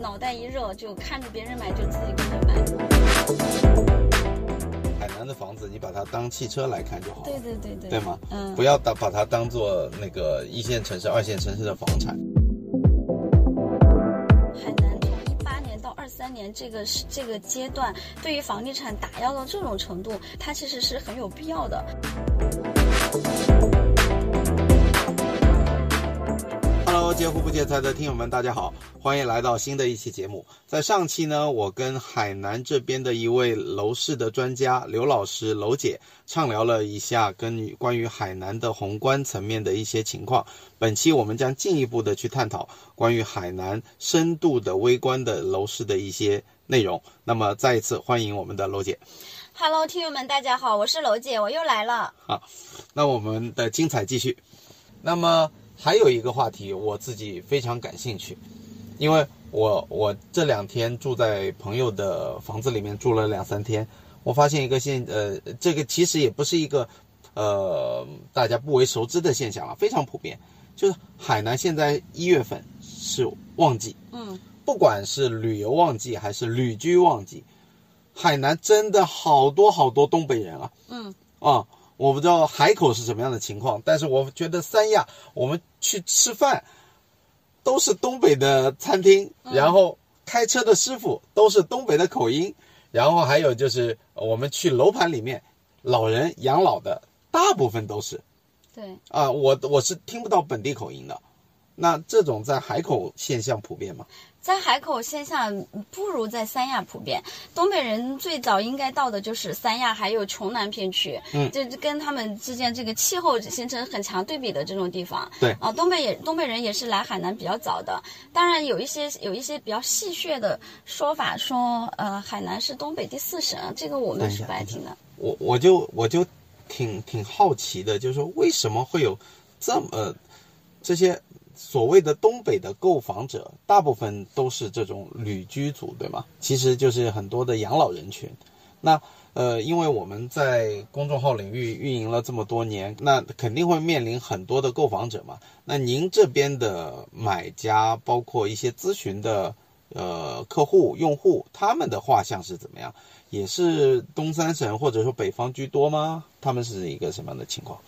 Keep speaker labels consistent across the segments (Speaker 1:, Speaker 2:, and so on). Speaker 1: 脑袋一热就看着别人买就自己跟着买。
Speaker 2: 海南的房子，你把它当汽车来看就好了。
Speaker 1: 对对对对，
Speaker 2: 对吗？
Speaker 1: 嗯，
Speaker 2: 不要当把它当做那个一线城市、二线城市的房产。
Speaker 1: 海南从一八年到二三年这个是这个阶段，对于房地产打压到这种程度，它其实是很有必要的。
Speaker 2: Hello，截胡不截财的听友们，大家好，欢迎来到新的一期节目。在上期呢，我跟海南这边的一位楼市的专家刘老师、楼姐畅聊了一下跟关于海南的宏观层面的一些情况。本期我们将进一步的去探讨关于海南深度的微观的楼市的一些内容。那么再一次欢迎我们的楼姐。
Speaker 1: Hello，听友们，大家好，我是楼姐，我又来了。
Speaker 2: 好，那我们的精彩继续。那么。还有一个话题，我自己非常感兴趣，因为我我这两天住在朋友的房子里面住了两三天，我发现一个现呃，这个其实也不是一个呃大家不为熟知的现象了，啊非常普遍。就是海南现在一月份是旺季，
Speaker 1: 嗯，
Speaker 2: 不管是旅游旺季还是旅居旺季，海南真的好多好多东北人啊，
Speaker 1: 嗯
Speaker 2: 啊。我不知道海口是什么样的情况，但是我觉得三亚，我们去吃饭，都是东北的餐厅，然后开车的师傅都是东北的口音，然后还有就是我们去楼盘里面，老人养老的大部分都是，
Speaker 1: 对，
Speaker 2: 啊、我我是听不到本地口音的，那这种在海口现象普遍吗？
Speaker 1: 在海口现象不如在三亚普遍。东北人最早应该到的就是三亚，还有琼南片区，
Speaker 2: 嗯
Speaker 1: 这这跟他们之间这个气候形成很强对比的这种地方。
Speaker 2: 对
Speaker 1: 啊，东北也东北人也是来海南比较早的。当然有一些有一些比较戏谑的说法说，呃，海南是东北第四省，这个我们是不爱听的。
Speaker 2: 我我就我就挺挺好奇的，就是说为什么会有这么、呃、这些所谓的东北的购房者，大部分都是这种旅居族，对吗？其实就是很多的养老人群。那呃，因为我们在公众号领域运营了这么多年，那肯定会面临很多的购房者嘛。那您这边的买家，包括一些咨询的呃客户、用户，他们的画像是怎么样？也是东三省或者说北方居多吗？他们是一个什么样的情况？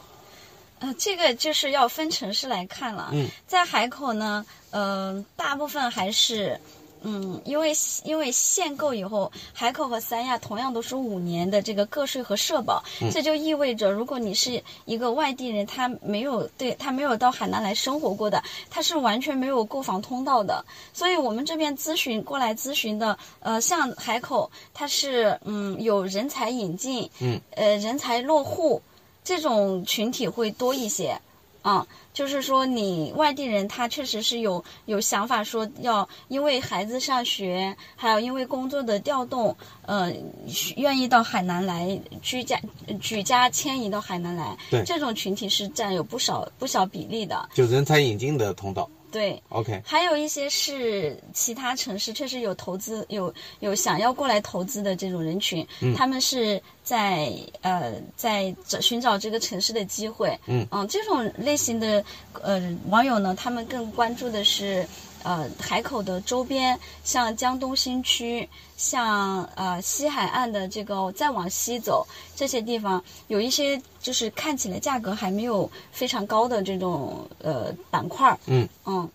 Speaker 1: 呃，这个就是要分城市来看了。
Speaker 2: 嗯，
Speaker 1: 在海口呢，呃，大部分还是，嗯，因为因为限购以后，海口和三亚同样都是五年的这个个税和社保，这就意味着，如果你是一个外地人，他没有对他没有到海南来生活过的，他是完全没有购房通道的。所以我们这边咨询过来咨询的，呃，像海口，它是嗯有人才引进，
Speaker 2: 嗯，
Speaker 1: 呃，人才落户。这种群体会多一些，啊，就是说你外地人他确实是有有想法说要因为孩子上学，还有因为工作的调动，呃，需愿意到海南来居家举家迁移到海南来，
Speaker 2: 对
Speaker 1: 这种群体是占有不少不小比例的，
Speaker 2: 就人才引进的通道。
Speaker 1: 对。
Speaker 2: OK，
Speaker 1: 还有一些是其他城市确实有投资，有有想要过来投资的这种人群，他们是在呃在找寻找这个城市的机会。
Speaker 2: 嗯
Speaker 1: 这种类型的呃网友呢，他们更关注的是呃海口的周边，像江东新区，像呃西海岸的这个再往西走这些地方，有一些就是看起来价格还没有非常高的这种呃板块儿。
Speaker 2: 嗯
Speaker 1: 嗯。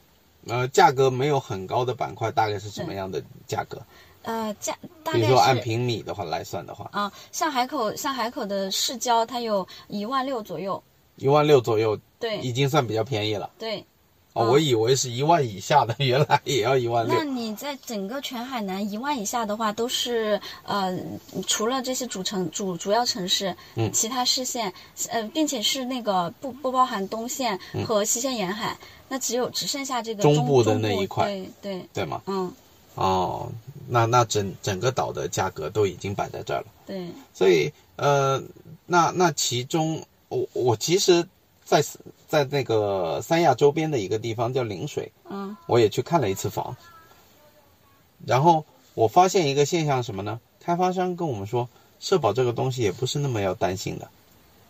Speaker 2: 呃，价格没有很高的板块大概是什么样的价格？
Speaker 1: 呃，价大
Speaker 2: 比
Speaker 1: 概
Speaker 2: 如说按
Speaker 1: 是
Speaker 2: 平米的话来算的话，
Speaker 1: 啊，像海口像海口的市郊，它有一万六左右，
Speaker 2: 一万六左右已
Speaker 1: 对
Speaker 2: 经算比较便宜了。
Speaker 1: 对。
Speaker 2: 哦，
Speaker 1: 嗯
Speaker 2: 我以为是一万以下的，原来也要一万六
Speaker 1: 那。你在整个全海南一万以下的话，都是呃，除了这些主城主主要城市，
Speaker 2: 嗯
Speaker 1: 其他市县，呃，并且是那个不不包含东线和西线沿海，那只有只剩下这个
Speaker 2: 嗯中
Speaker 1: 中
Speaker 2: 部的
Speaker 1: 中
Speaker 2: 那一块
Speaker 1: 对对，
Speaker 2: 对吗？
Speaker 1: 嗯
Speaker 2: 哦，那那整整个岛的价格都已经摆在这儿了。
Speaker 1: 对，
Speaker 2: 所以呃，那那其中，我我其实在，在那个三亚周边的一个地方叫陵水，
Speaker 1: 嗯
Speaker 2: 我也去看了一次房。然后我发现一个现象是什么呢？开发商跟我们说，社保这个东西也不是那么要担心的。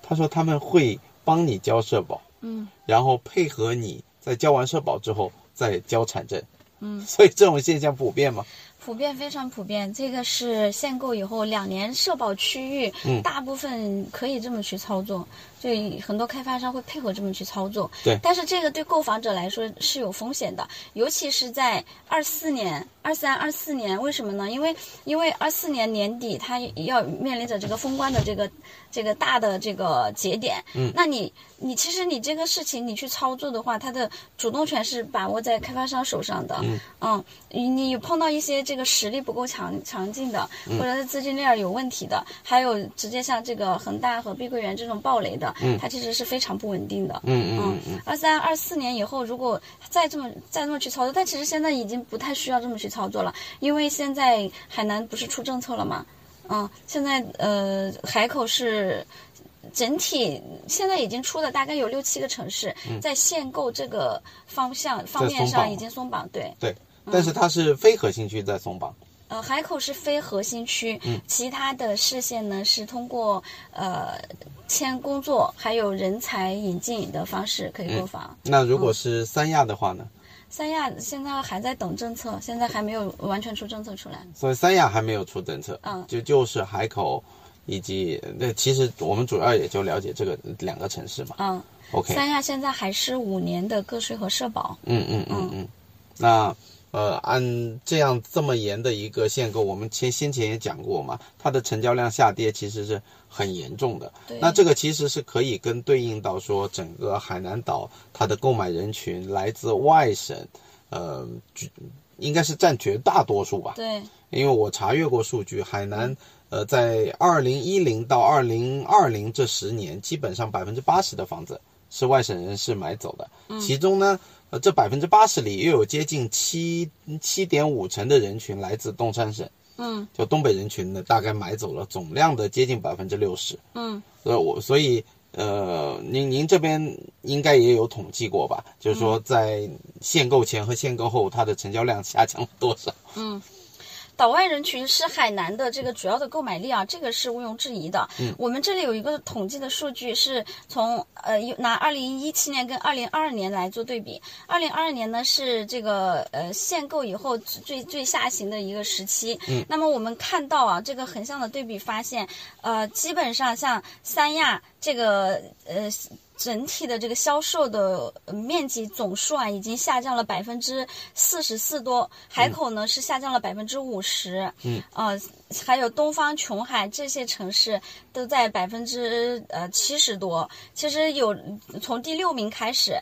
Speaker 2: 他说他们会帮你交社保，
Speaker 1: 嗯
Speaker 2: 然后配合你在交完社保之后再交产证。嗯，所以这种现象普遍嘛。
Speaker 1: 普遍非常普遍，这个是限购以后两年社保区域，
Speaker 2: 嗯
Speaker 1: 大部分可以这么去操作，就很多开发商会配合这么去操作。
Speaker 2: 对
Speaker 1: 但是这个对购房者来说是有风险的，尤其是在二四年、二三、二四年，为什么呢？因为因为二四年年底它要面临着这个封关的这个这个大的这个节点，嗯，那你你其实你这个事情你去操作的话，它的主动权是把握在开发商手上的，嗯你碰到一些这个实力不够强强劲的，
Speaker 2: 嗯
Speaker 1: 或者是资金链儿有问题的，还有直接像这个恒大和碧桂园这种暴雷的，它其实是非常不稳定的，
Speaker 2: 嗯嗯嗯
Speaker 1: 二三、二四年以后，如果再这么再这么去操作，但其实现在已经不太需要这么去操作了，因为现在海南不是出政策了嘛，嗯，现在呃海口是整体现在已经出了大概有六七个城市，在限购这个方向方面
Speaker 2: 嗯松绑
Speaker 1: 上
Speaker 2: 了
Speaker 1: 已经松绑，对，
Speaker 2: 对。但是它是非核心区在松绑，
Speaker 1: 呃，海口是非核心区，
Speaker 2: 嗯
Speaker 1: 其他的市县呢是通过呃签工作还有人才引进的方式可
Speaker 2: 嗯
Speaker 1: 以购房。
Speaker 2: 那如果是三亚的话呢？
Speaker 1: 三亚现在还在等政策，现在还没有完全出政策出来。
Speaker 2: 所以三亚还没有出政策，
Speaker 1: 嗯
Speaker 2: 就就是海口以及那其实我们主要也就了解这个两个城市嘛。
Speaker 1: 嗯，
Speaker 2: OK，
Speaker 1: 三亚现在还是五年的个税和社保。
Speaker 2: 嗯嗯嗯嗯，那呃，按这样这么严的一个限购，我们先先前也讲过嘛，它的成交量下跌其实是很严重的。
Speaker 1: 对
Speaker 2: 那这个其实是可以跟对应到说整个海南岛它的购买人群来自外省，呃，绝应该是占绝大多数吧。
Speaker 1: 对，
Speaker 2: 因为我查阅过数据，海南呃，在二零一零到二零二零这十年，基本上百分之八十的房子是外省人士买走的，
Speaker 1: 嗯
Speaker 2: 其中呢，呃，这百分之八十里又有接近七七点五成的人群来自东三省，
Speaker 1: 嗯
Speaker 2: 就东北人群呢，大概买走了总量的接近百分之六十，
Speaker 1: 嗯，
Speaker 2: 所以我所以。呃，您您这边应该也有统计过吧？就
Speaker 1: 嗯
Speaker 2: 是说，在限购前和限购后，它的成交量下降了多少？
Speaker 1: 岛外人群是海南的这个主要的购买力啊，这个是毋庸置疑的。嗯，我们这里有一个统计的数据，是从呃有拿二零一七年跟二零二二年来做对比。二零二二年呢是这个呃限购以后最最下行的一个时期。嗯，那么我们看到啊，这个横向的对比发现，呃，基本上像三亚这个呃整体的这个销售的呃面积总数啊，已经下降了百分之四十四多，海口呢、是下降了百分之五十，嗯，呃，还有东方琼海这些城市都在百分之呃七十多，其实有从第六名开始。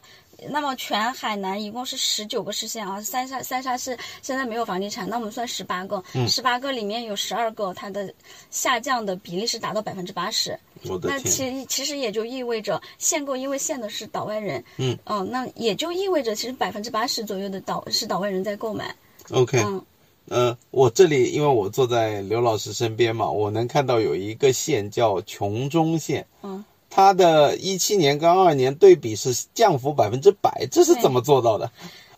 Speaker 1: 那么全海南一共是十九个市县啊，三沙三沙市现在没有房地产，那我们算十八个，十八、个里面有十二个它的下降的比例是达到百分之八十，
Speaker 2: 我的
Speaker 1: 那
Speaker 2: 天！
Speaker 1: 其其实也就意味着限购，因为限的是岛外人，
Speaker 2: 嗯，
Speaker 1: 哦，那也就意味着其实百分之八十左右的岛是岛外人在购买，
Speaker 2: OK，
Speaker 1: 嗯
Speaker 2: 呃，我这里因为我坐在刘老师身边嘛，我能看到有一个县叫琼中县，
Speaker 1: 嗯，
Speaker 2: 它的一七年跟二年对比是降幅百分之百，这是
Speaker 1: 对
Speaker 2: 怎么做到的？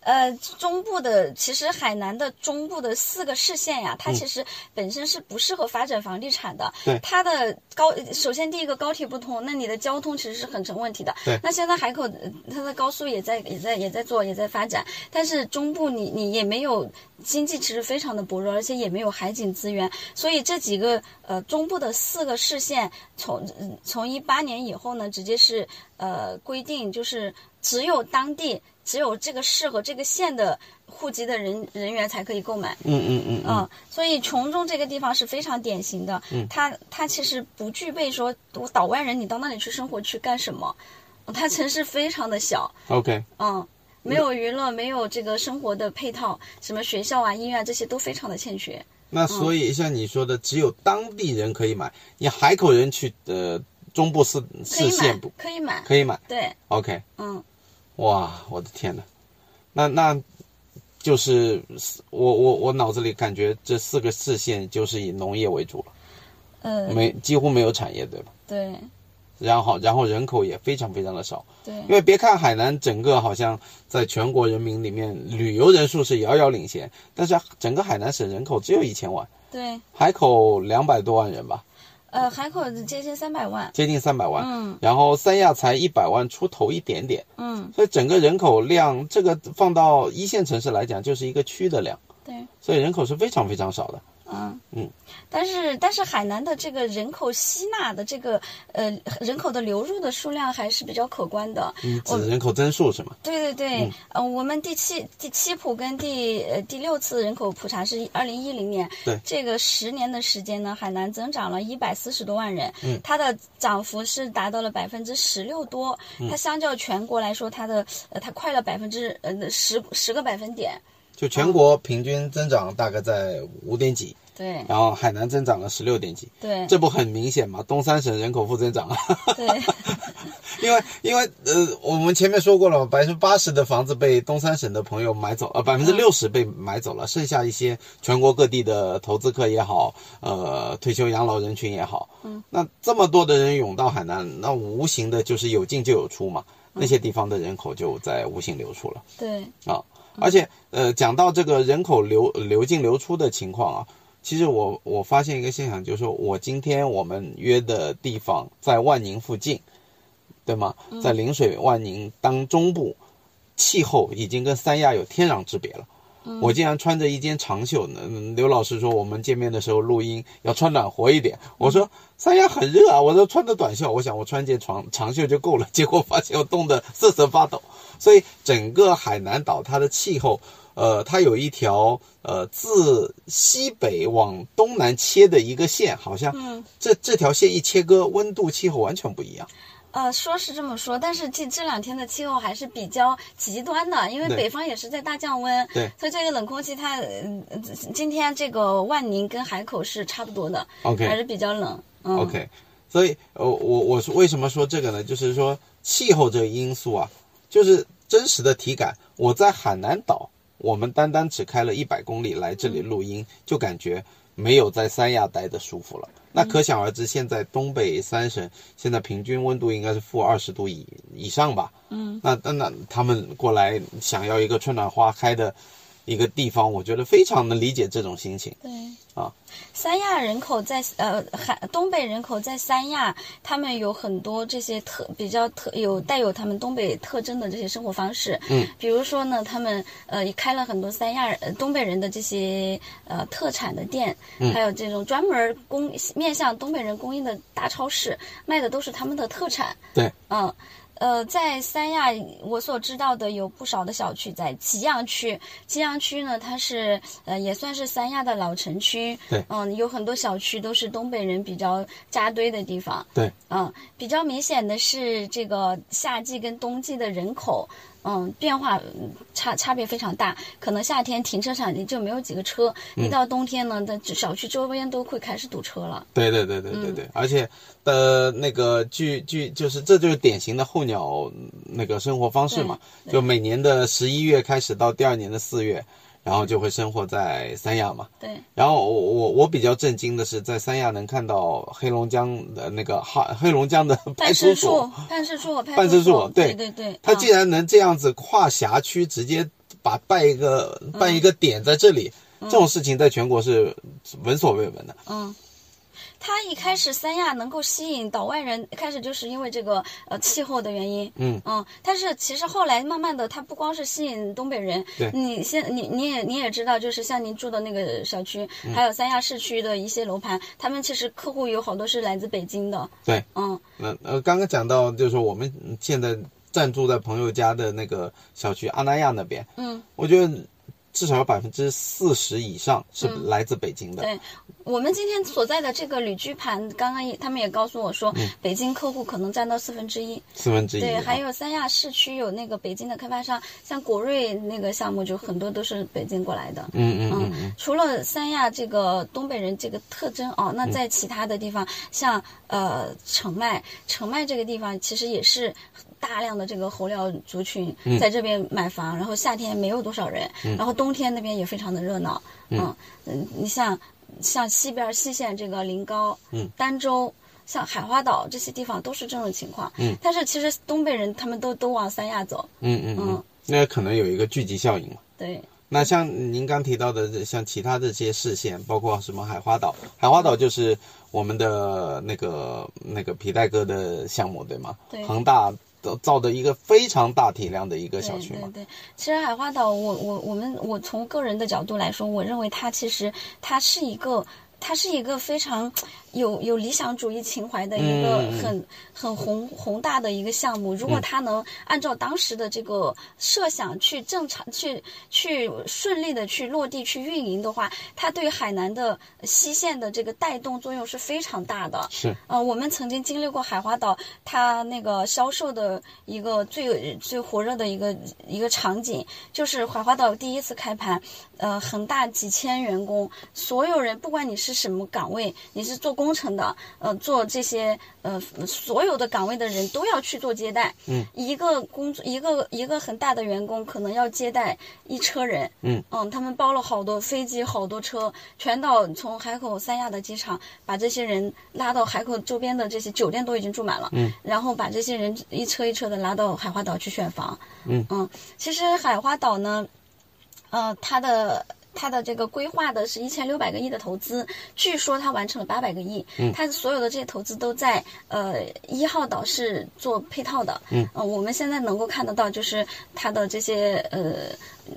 Speaker 1: 呃，中部的其实海南的中部的四个市县呀，它其实本身是不适合发展房地产的。
Speaker 2: 嗯对
Speaker 1: 它的高，首先第一个高铁不通，那你的交通其实是很成问题的。
Speaker 2: 对
Speaker 1: 那现在海口呃它的高速也在也在也在做也在发展，但是中部你你也没有经济其实非常的薄弱，而且也没有海景资源，所以这几个呃中部的四个市县从呃从一八年以后呢，直接是呃规定就是只有当地只有这个市和这个县的户籍的人人员才可以购买。
Speaker 2: 嗯嗯嗯嗯
Speaker 1: 嗯，所以琼中这个地方是非常典型的，它它其实不具备说我岛外人你到那里去生活去干什么，哦它城市非常的小，
Speaker 2: ，OK，
Speaker 1: 嗯，没有娱乐，没有这个生活的配套，什么学校啊、医院啊这些都非常的欠缺。
Speaker 2: 那所以像你说的，只有当地人可以买，你海口人去呃中部四
Speaker 1: 可
Speaker 2: 四
Speaker 1: 以买
Speaker 2: 县不，
Speaker 1: 可以买，
Speaker 2: 可以买
Speaker 1: 对，
Speaker 2: ？OK，
Speaker 1: 嗯，
Speaker 2: 哇，我的天呐，那那就是我我我脑子里感觉这四个市县就是以农业为主了。
Speaker 1: 呃，
Speaker 2: 没几乎没有产业，对吧？
Speaker 1: 对
Speaker 2: 然后然后人口也非常非常的少，
Speaker 1: 对
Speaker 2: 因为别看海南整个好像在全国人民里面旅游人数是遥遥领先，但是整个海南省人口只有一千万，
Speaker 1: 对，
Speaker 2: 海口两百多万人吧，
Speaker 1: 呃，海口接近三百万，
Speaker 2: 接近三百万，
Speaker 1: 嗯
Speaker 2: 然后三亚才一百万出头一点点，
Speaker 1: 嗯，
Speaker 2: 所以整个人口量，这个放到一线城市来讲，就是一个区的量，
Speaker 1: 对，
Speaker 2: 所以人口是非常非常少的。
Speaker 1: 嗯
Speaker 2: 嗯，
Speaker 1: 但是但是海南的这个人口吸纳的这个呃人口的流入的数量还是比较可观的，
Speaker 2: 你
Speaker 1: 我
Speaker 2: 指人口增速是吗？
Speaker 1: 对对
Speaker 2: 嗯
Speaker 1: 对，呃，我们第七第七普跟第呃第六次人口普查是二零一零年，
Speaker 2: 对
Speaker 1: 这个十年的时间呢，海南增长了一百四十多万人，
Speaker 2: 嗯
Speaker 1: 它的涨幅是达到了百分之十六多，
Speaker 2: 嗯
Speaker 1: 它相较全国来说，它的呃它快了百分之呃十十个百分点，
Speaker 2: 就全国平均增长大概在五点几，
Speaker 1: 对
Speaker 2: 然后海南增长了十六点几，
Speaker 1: 对
Speaker 2: 这不很明显吗？东三省人口负增长啊，
Speaker 1: 对
Speaker 2: 因为因为呃，我们前面说过了，百分之八十的房子被东三省的朋友买走，呃，百分之六十被买走了，剩下一些全国各地的投资客也好，呃，退休养老人群也好，嗯，那这么多的人涌到海南，那无形的就是有进就有出嘛，那些地方的人口就在无形流出了。
Speaker 1: 对，
Speaker 2: 啊，而且呃，讲到这个人口流流进流出的情况啊，其实我我发现一个现象，就是说我今天我们约的地方在万宁附近，对吗？在陵水万宁当中部，气候已经跟三亚有天壤之别了。我竟然穿着一件长袖呢。嗯刘老师说我们见面的时候录音要穿暖和一点，我说三亚很热啊，我说穿的短袖，我想我穿件长长袖就够了。结果发现我冻得瑟瑟发抖。所以整个海南岛它的气候，呃，它有一条呃自西北往东南切的一个线，好像这这条线一切割，温度气候完全不一样。
Speaker 1: 呃，说是这么说，但是这这两天的气候还是比较极端的，因为
Speaker 2: 对
Speaker 1: 北方也是在大降温，
Speaker 2: 对
Speaker 1: 所以这个冷空气它，呃呃今天这个万宁跟海口是差不多的
Speaker 2: OK
Speaker 1: 还是比较冷，嗯
Speaker 2: OK，所以呃，我我是为什么说这个呢？就是说气候这个因素啊，就是真实的体感。我在海南岛，我们单单只开了一百公里来这里录音，就感觉没有在三亚待的舒服了。那可想而知，现在东北三省现在平均温度应该是负二十度以以上吧？嗯，那那那他们过来想要一个春暖花开的一个地方，我觉得非常能理解这种心情。
Speaker 1: 对
Speaker 2: 啊，
Speaker 1: 三亚人口在呃海东北人口在三亚，他们有很多这些特比较特有带有他们东北特征的这些生活方式，
Speaker 2: 嗯，
Speaker 1: 比如说呢，他们呃也开了很多三亚人、呃东北人的这些呃特产的店，
Speaker 2: 嗯
Speaker 1: 还有这种专门供面向东北人供应的大超市，卖的都是他们的特产，
Speaker 2: 对，
Speaker 1: 嗯，呃，在三亚，我所知道的有不少的小区，在吉阳区。吉阳区呢，它是呃也算是三亚的老城区。
Speaker 2: 对
Speaker 1: 嗯，有很多小区都是东北人比较扎堆的地方。
Speaker 2: 对，
Speaker 1: 嗯，比较明显的是这个夏季跟冬季的人口，嗯，变化嗯差差别非常大。可能夏天停车场里就没有几个车，
Speaker 2: 嗯
Speaker 1: 一到冬天呢，那小区周边都会开始堵车了。
Speaker 2: 对对对对对
Speaker 1: 嗯
Speaker 2: 对，而且呃，那个据据就是这就是典型的候鸟嗯那个生活方式嘛，
Speaker 1: 对对
Speaker 2: 就每年的十一月开始到第二年的四月，然后就会生活在三亚嘛。
Speaker 1: 对，
Speaker 2: 然后我我我比较震惊的是，在三亚能看到黑龙江的那个哈黑龙江的派
Speaker 1: 办
Speaker 2: 出
Speaker 1: 事
Speaker 2: 所
Speaker 1: 处，，办事处，派
Speaker 2: 啊办
Speaker 1: 出
Speaker 2: 事处对
Speaker 1: 对对对，
Speaker 2: 他
Speaker 1: 嗯
Speaker 2: 竟然能这样子跨辖区直接把办一个
Speaker 1: 嗯
Speaker 2: 办一个点在这里，这种事情在全国是闻所未闻的。
Speaker 1: 嗯，它一开始三亚能够吸引岛外人，开始就是因为这个呃气候的原因。
Speaker 2: 嗯
Speaker 1: 但是其实后来慢慢的，它不光是吸引东北人，
Speaker 2: 对
Speaker 1: 你现你你也你也知道，就是像您住的那个小区，
Speaker 2: 嗯
Speaker 1: 还有三亚市区的一些楼盘，他们其实客户有好多是来自北京的。
Speaker 2: 对，
Speaker 1: 嗯，
Speaker 2: 那呃，刚刚讲到，就是说我们现在暂住在朋友家的那个小区阿那亚那边，
Speaker 1: 嗯，
Speaker 2: 我觉得至少有百分之四十以上是来自北京
Speaker 1: 嗯
Speaker 2: 的。
Speaker 1: 对我们今天所在的这个旅居盘，刚刚也他们也告诉我说，北京客户可能占到四分之一。
Speaker 2: 嗯四分之一。啊
Speaker 1: 对，还有三亚市区有那个北京的开发商，像国瑞那个项目就很多都是北京过来的。
Speaker 2: 嗯嗯嗯嗯，
Speaker 1: 除了三亚这个东北人这个特征哦，
Speaker 2: 嗯
Speaker 1: 那在其他的地方，像呃澄迈，澄迈这个地方其实也是大量的这个候鸟族群
Speaker 2: 嗯
Speaker 1: 在这边买房，然后夏天没有多少人，然后冬天那边也非常的热闹。嗯嗯，你像像西边西线这个临高，
Speaker 2: 嗯，
Speaker 1: 儋州。像海花岛这些地方都是这种情况，
Speaker 2: 嗯，
Speaker 1: 但是其实东北人他们都都往三亚走，
Speaker 2: 嗯嗯嗯
Speaker 1: 嗯，
Speaker 2: 那可能有一个聚集效应嘛。
Speaker 1: 对，
Speaker 2: 那像您刚提到的，像其他的这些市县，包括什么海花岛，海花岛就是我们的那个那个皮带哥的项目，对吗？
Speaker 1: 对
Speaker 2: 恒大造造的一个非常大体量的一个小
Speaker 1: 对
Speaker 2: 区
Speaker 1: 对
Speaker 2: 嘛，
Speaker 1: 对，其实海花岛，我我我们我从个人的角度来说，我认为它其实它是一个。它是一个非常有有理想主义情怀的一个
Speaker 2: 嗯
Speaker 1: 很、很宏宏大的一个项目。如果它能按照当时的这个设想去正常去去顺利的去落地去运营的话，它对海南的西线的这个带动作用是非常大的。
Speaker 2: 是
Speaker 1: 呃，我们曾经经历过海花岛它那个销售的一个最最火热的一个一个场景，就是海花岛第一次开盘，呃，恒大几千员工，所有人不管你是什么岗位，你是做工程的，呃，做这些呃所有的岗位的人都要去做接待，
Speaker 2: 嗯，
Speaker 1: 一个工作一个一个恒大的员工可能要接待一车人，
Speaker 2: 嗯
Speaker 1: 嗯，他们包了好多飞机、好多车，全岛从海口三亚的机场把这些人拉到海口周边的这些酒店都已经住满了，
Speaker 2: 嗯，
Speaker 1: 然后把这些人一车一车的拉到海花岛去选房，
Speaker 2: 嗯
Speaker 1: 其实海花岛呢，呃，它的。它的这个规划的是一千六百个亿的投资，据说它完成了八百个亿。
Speaker 2: 嗯
Speaker 1: 它所有的这些投资都在呃一号岛是做配套的。
Speaker 2: 嗯
Speaker 1: 呃我们现在能够看得到，就是它的这些呃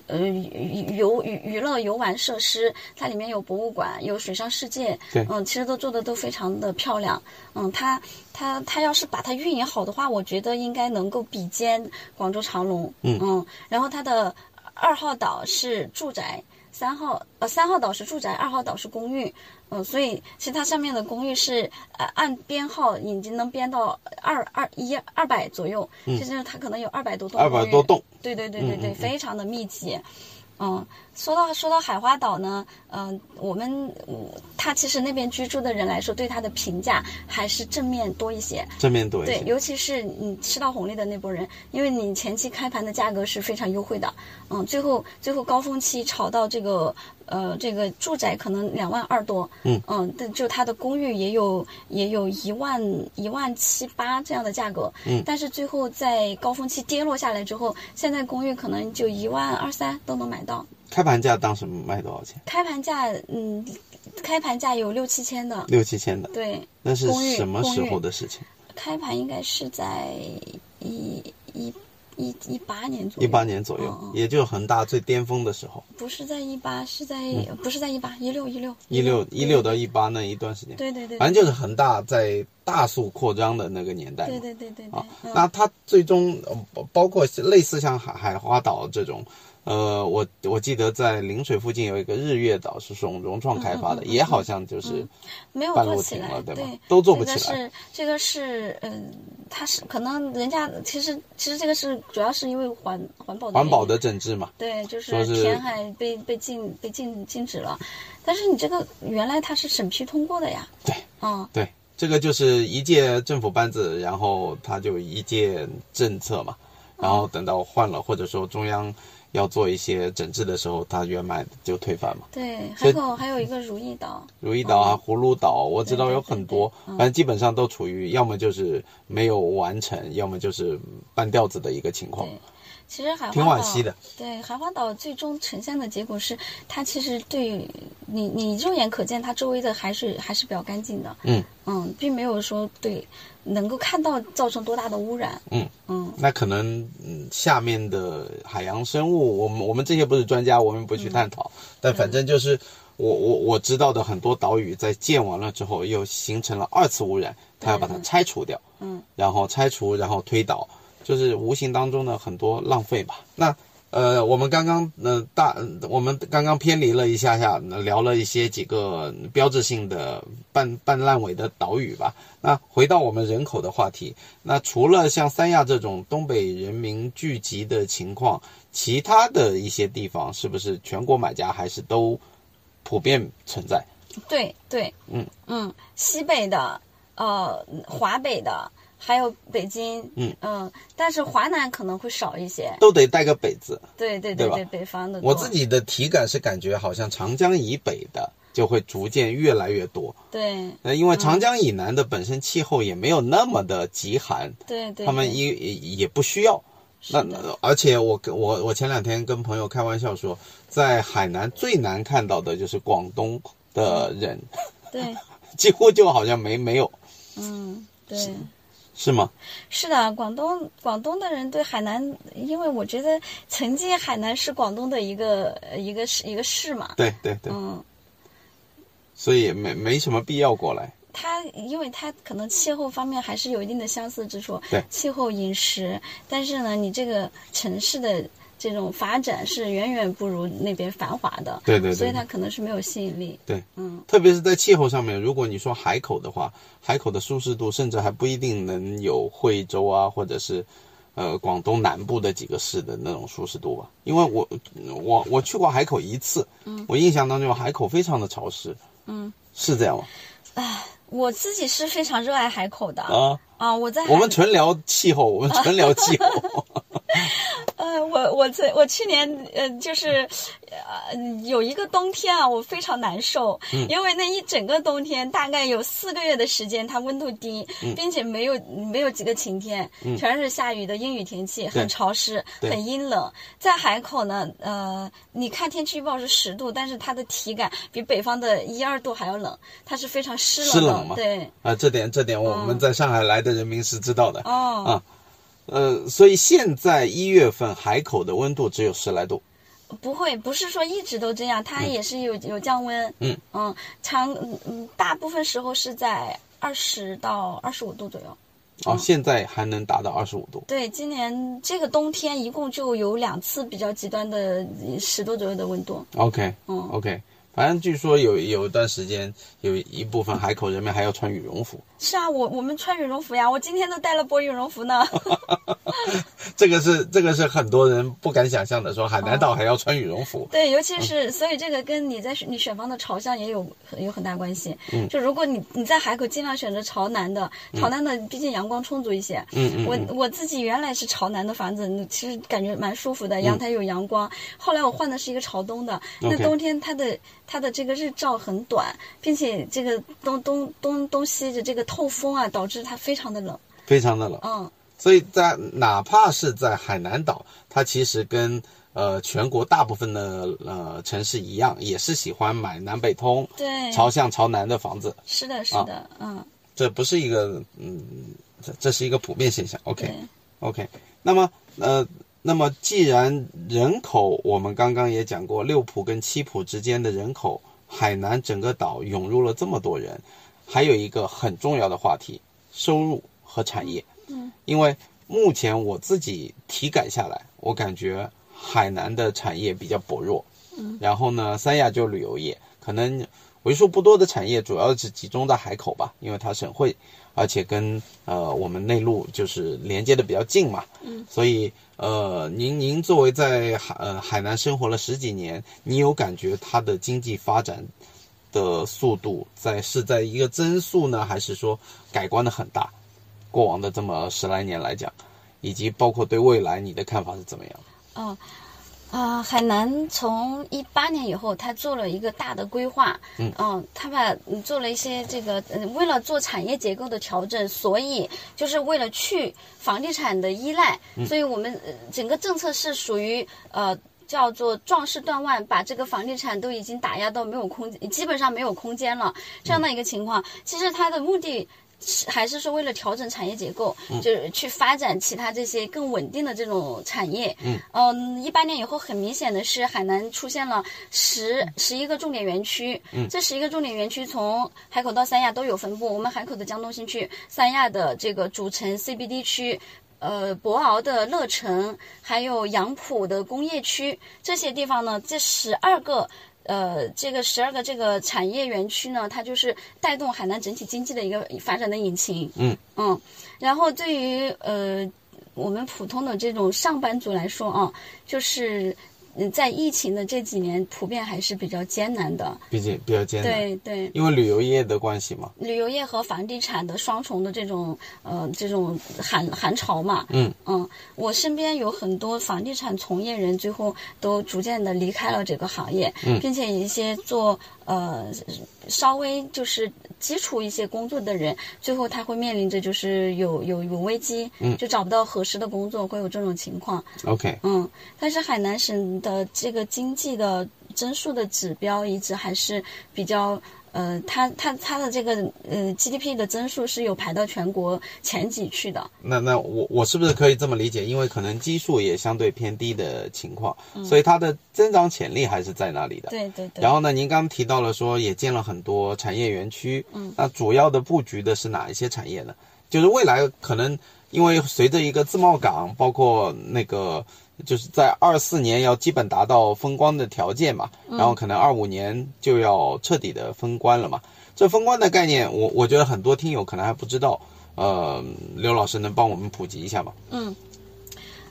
Speaker 1: 呃娱游娱娱乐游玩设施，它里面有博物馆，有水上世界，
Speaker 2: 对
Speaker 1: 嗯，其实都做的都非常的漂亮，嗯，它它它要是把它运营好的话，我觉得应该能够比肩广州长隆，
Speaker 2: 嗯
Speaker 1: 然后它的二号岛是住宅，三号呃三号岛是住宅，二号岛是公寓，嗯，所以其实它上面的公寓是呃按编号已经能编到二二一二百左右，
Speaker 2: 嗯
Speaker 1: 就是它可能有二百多栋
Speaker 2: 二
Speaker 1: 公
Speaker 2: 百
Speaker 1: 寓
Speaker 2: 多栋，
Speaker 1: 对对对对
Speaker 2: 嗯嗯
Speaker 1: 对，
Speaker 2: 嗯
Speaker 1: 非常的密集。嗯，说到说到海花岛呢，嗯、我们我它其实那边居住的人来说，对它的评价还是正面多一些。
Speaker 2: 正面多一
Speaker 1: 对，
Speaker 2: 些，
Speaker 1: 尤其是你吃到红利的那波人，因为你前期开盘的价格是非常优惠的，嗯，最后最后高峰期炒到这个呃这个住宅可能两万二多，
Speaker 2: 嗯
Speaker 1: 嗯，但就它的公寓也有也有一万一万七八这样的价格，
Speaker 2: 嗯
Speaker 1: 但是最后在高峰期跌落下来之后，现在公寓可能就一万二三都能买到，
Speaker 2: 开盘价当时卖多少钱？
Speaker 1: 开盘价嗯，开盘价有六七千的，
Speaker 2: 六七千的，
Speaker 1: 对，
Speaker 2: 那是
Speaker 1: 公寓
Speaker 2: 什么时
Speaker 1: 公
Speaker 2: 候
Speaker 1: 寓
Speaker 2: 的事情？
Speaker 1: 开盘应该是在一一一一八年左
Speaker 2: 一
Speaker 1: 右，
Speaker 2: 八年左右，
Speaker 1: 嗯嗯
Speaker 2: 也就是恒大最巅峰的时候，
Speaker 1: 不是在一八，是在、不是在一八一六一六
Speaker 2: 嗯一六一六到一八那一段时间，
Speaker 1: 对对对
Speaker 2: 反正就是恒大在大速扩张的那个年代嘛。
Speaker 1: 对对嗯对对对
Speaker 2: 啊，，那它最终呃包包括类似像海海花岛这种，呃，我我记得在陵水附近有一个日月岛是从融创开
Speaker 1: 嗯
Speaker 2: 发的，也好像就是
Speaker 1: 没有
Speaker 2: 半
Speaker 1: 嗯做
Speaker 2: 路
Speaker 1: 起
Speaker 2: 停
Speaker 1: 来
Speaker 2: 了，对吗
Speaker 1: 对，
Speaker 2: 都做不起
Speaker 1: 这个
Speaker 2: 来
Speaker 1: 是这个是嗯，它是可能人家其实其实这个是主要是因为环环保的
Speaker 2: 环保
Speaker 1: 原因
Speaker 2: 的整治嘛，
Speaker 1: 对，就是
Speaker 2: 说是
Speaker 1: 填海被被禁被禁禁止了，但是你这个原来它是审批通过的呀，
Speaker 2: 对
Speaker 1: 嗯
Speaker 2: 对，这个就是一届政府班子，然后它就一届政策嘛，然后等到换了或者说中央要做一些整治的时候，它原版就推翻嘛。
Speaker 1: 对，
Speaker 2: 所
Speaker 1: 海
Speaker 2: 以
Speaker 1: 口还有一个如意岛，
Speaker 2: 如意岛
Speaker 1: 嗯
Speaker 2: 啊、葫芦岛，我知道有很多，
Speaker 1: 对对对对嗯
Speaker 2: 反正基本上都处于要么就是没有完成，要么就是半吊子的一个情况
Speaker 1: 对。其实海
Speaker 2: 挺
Speaker 1: 花
Speaker 2: 惋
Speaker 1: 岛
Speaker 2: 惜的
Speaker 1: 对海花岛最终呈现的结果是，它其实对你你肉眼可见，它周围的海水还是比较干净的，
Speaker 2: 嗯
Speaker 1: 嗯，并没有说对能够看到造成多大的污染，
Speaker 2: 嗯，
Speaker 1: 嗯，
Speaker 2: 那可能嗯，下面的海洋生物，我们我们这些不是专家，我们不去探讨，但反正就是我我我知道的很多岛屿在建完了之后，又形成了二次污染，它要把它拆除掉，
Speaker 1: 嗯，
Speaker 2: 然后拆除，然后推倒，就是无形当中的很多浪费吧。那呃，我们刚刚呃大，嗯我们刚刚偏离了一下下，聊了一些几个标志性的半半烂尾的岛屿吧。那回到我们人口的话题，那除了像三亚这种东北人民聚集的情况，其他的一些地方是不是全国买家还是都普遍存在？
Speaker 1: 对对，
Speaker 2: 嗯
Speaker 1: 嗯，西北的，呃，华北的，还有北京，
Speaker 2: 嗯
Speaker 1: 但是华南可能会少一些，
Speaker 2: 都得带个北字。
Speaker 1: 对对
Speaker 2: 对吧
Speaker 1: 对，北方的多，
Speaker 2: 我自己的体感是感觉好像长江以北的就会逐渐越来越多。
Speaker 1: 对
Speaker 2: 呃，因为长江以南的本身气候也没有那么的极寒，
Speaker 1: 对对，
Speaker 2: 他们
Speaker 1: 对
Speaker 2: 也也也不需要。那
Speaker 1: 是的
Speaker 2: 那而且我跟我我前两天跟朋友开玩笑说，在海南最难看到的就是广东的人，
Speaker 1: 对
Speaker 2: 几乎就好像没没有，
Speaker 1: 嗯，对。
Speaker 2: 是吗？
Speaker 1: 是的，广东广东的人对海南，因为我觉得曾经海南是广东的一个呃一个市一个市嘛，
Speaker 2: 对对对，
Speaker 1: 嗯，
Speaker 2: 所以没没什么必要过来。
Speaker 1: 它因为它可能气候方面还是有一定的相似之处，
Speaker 2: 对
Speaker 1: 气候饮食，但是呢，你这个城市的这种发展是远远不如那边繁华的，
Speaker 2: 对对对
Speaker 1: 所以它可能是没有吸引力，
Speaker 2: 对，
Speaker 1: 嗯，
Speaker 2: 特别是在气候上面，如果你说海口的话，海口的舒适度甚至还不一定能有惠州啊，或者是，呃，广东南部的几个市的那种舒适度吧。因为我我我去过海口一次，我印象当中海口非常的潮湿，
Speaker 1: 嗯，
Speaker 2: 是这样吗？
Speaker 1: 我自己是非常热爱海口的，
Speaker 2: 啊，
Speaker 1: 啊，我在海
Speaker 2: 我们纯聊气候，我们纯聊气 候，
Speaker 1: 呃，我我在我去年呃就是，呃有一个冬天啊，我非常难受，
Speaker 2: 嗯
Speaker 1: 因为那一整个冬天大概有四个月的时间，它温度低，
Speaker 2: 嗯
Speaker 1: 并且没有没有几个晴天，全是下雨的阴雨天气，很潮湿，
Speaker 2: 对
Speaker 1: 很阴冷。在海口呢，呃，你看天气预报是十度，但是它的体感比北方的一二度还要冷，它是非常湿冷的，
Speaker 2: 湿冷吗
Speaker 1: 对，
Speaker 2: 啊，这点这点我们在上海来的人民是知道的。
Speaker 1: 哦，
Speaker 2: 啊呃，所以现在一月份海口的温度只有十来度，
Speaker 1: 不会，不是说一直都这样，它也是有、有降温。
Speaker 2: 嗯
Speaker 1: 长嗯嗯，大部分时候是在二十到二十五度左右。
Speaker 2: 啊，
Speaker 1: 嗯
Speaker 2: 现在还能达到二十五度。
Speaker 1: 对，今年这个冬天一共就有两次比较极端的十度左右的温度。
Speaker 2: OK，
Speaker 1: 嗯
Speaker 2: o k 反正据说有有一段时间，有一部分海口人民还要穿羽绒服，
Speaker 1: 是啊，我我们穿羽绒服呀，我今天都带了薄羽绒服呢。
Speaker 2: 这个是这个是很多人不敢想象的，说海南岛还要穿羽绒服。
Speaker 1: 对，尤其是所以这个跟你在选你选房的朝向也有有很大关系。
Speaker 2: 嗯
Speaker 1: 就如果你你在海口尽量选择朝南的，朝南的毕竟阳光充足一些。
Speaker 2: 嗯嗯
Speaker 1: 我
Speaker 2: 嗯
Speaker 1: 我自己原来是朝南的房子，嗯其实感觉蛮舒服的，阳台有阳光。后来我换的是一个朝东的，那
Speaker 2: 嗯 OK
Speaker 1: 冬天它的它的这个日照很短，并且这个东东东东西的这个透风啊，导致它非常的冷。
Speaker 2: 非常的冷。
Speaker 1: 嗯，
Speaker 2: 所以在哪怕是在海南岛，它其实跟呃全国大部分的呃城市一样，也是喜欢买南北通、
Speaker 1: 对，
Speaker 2: 朝向朝南的房子，
Speaker 1: 是的，是
Speaker 2: 啊
Speaker 1: 的，嗯，
Speaker 2: 这不是一个嗯，这这是一个普遍现象。OK，
Speaker 1: 对。
Speaker 2: OK，那么呃，那么既然人口，我们刚刚也讲过，六浦跟七浦之间的人口，海南整个岛涌入了这么多人，还有一个很重要的话题，收入和产业。
Speaker 1: 嗯，
Speaker 2: 因为目前我自己体感下来，我感觉海南的产业比较薄弱。嗯，然后呢，三亚就旅游业，可能为数不多的产业主要是集中在海口吧，因为它省会。而且跟呃我们内陆就是连接的比较近嘛，嗯，所以呃您您作为在海呃海南生活了十几年，你有感觉它的经济发展的速度在是在一个增速呢，还是说改观的很大？过往的这么十来年来讲，以及包括对未来你的看法是怎么样的？
Speaker 1: 哦，啊、海南从一八年以后，他做了一个大的规划，嗯，他把嗯做了一些这个，嗯，为了做产业结构的调整，所以就是为了去房地产的依赖，所以我们、呃整个政策是属于呃。叫做壮士断腕，把这个房地产都已经打压到没有空间，基本上没有空间了，这样的一个情况。其实它的目的是还是说为了调整产业结构，就是去发展其他这些更稳定的这种产业。嗯，一八年以后，很明显的是海南出现了十十一个重点园区。嗯，这十一个重点园区从海口到三亚都有分布。我们海口的江东新区，三亚的这个主城 CBD 区。呃，博鳌的乐城，还有杨浦的工业区这些地方呢，这十二个呃，这个十二个这个产业园区呢，它就是带动海南整体经济的一个发展的引擎。
Speaker 2: 嗯
Speaker 1: 嗯，然后对于呃我们普通的这种上班族来说啊，就是嗯在疫情的这几年，普遍还是比较艰难的。
Speaker 2: 毕竟比较艰难，
Speaker 1: 对对，
Speaker 2: 因为旅游业的关系嘛。
Speaker 1: 旅游业和房地产的双重的这种呃这种寒寒潮嘛。
Speaker 2: 嗯
Speaker 1: 我身边有很多房地产从业人，最后都逐渐的离开了这个行业，
Speaker 2: 嗯
Speaker 1: 并且一些做呃稍微就是基础一些工作的人，最后他会面临着就是有有有危机，
Speaker 2: 嗯
Speaker 1: 就找不到合适的工作，会有这种情况。
Speaker 2: ，OK，
Speaker 1: 嗯，但是海南省的这个经济的增速的指标一直还是比较呃，它它它的这个呃 GDP 的增速是有排到全国前几去的。
Speaker 2: 那那我我是不是可以这么理解？因为可能基数也相对偏低的情况，所以它的增长潜力还是在那里的。
Speaker 1: 对对对
Speaker 2: 然。后呢，您刚提到了说也建了很多产业园区，嗯，那主要的布局的是哪一些产业呢？就是未来可能因为随着一个自贸港，包括那个就是在二四年要基本达到封关的条件嘛，然后可能二五年就要彻底的封关了嘛。这封关的概念，我我觉得很多听友可能还不知道，呃，刘老师能帮我们普及一下吗？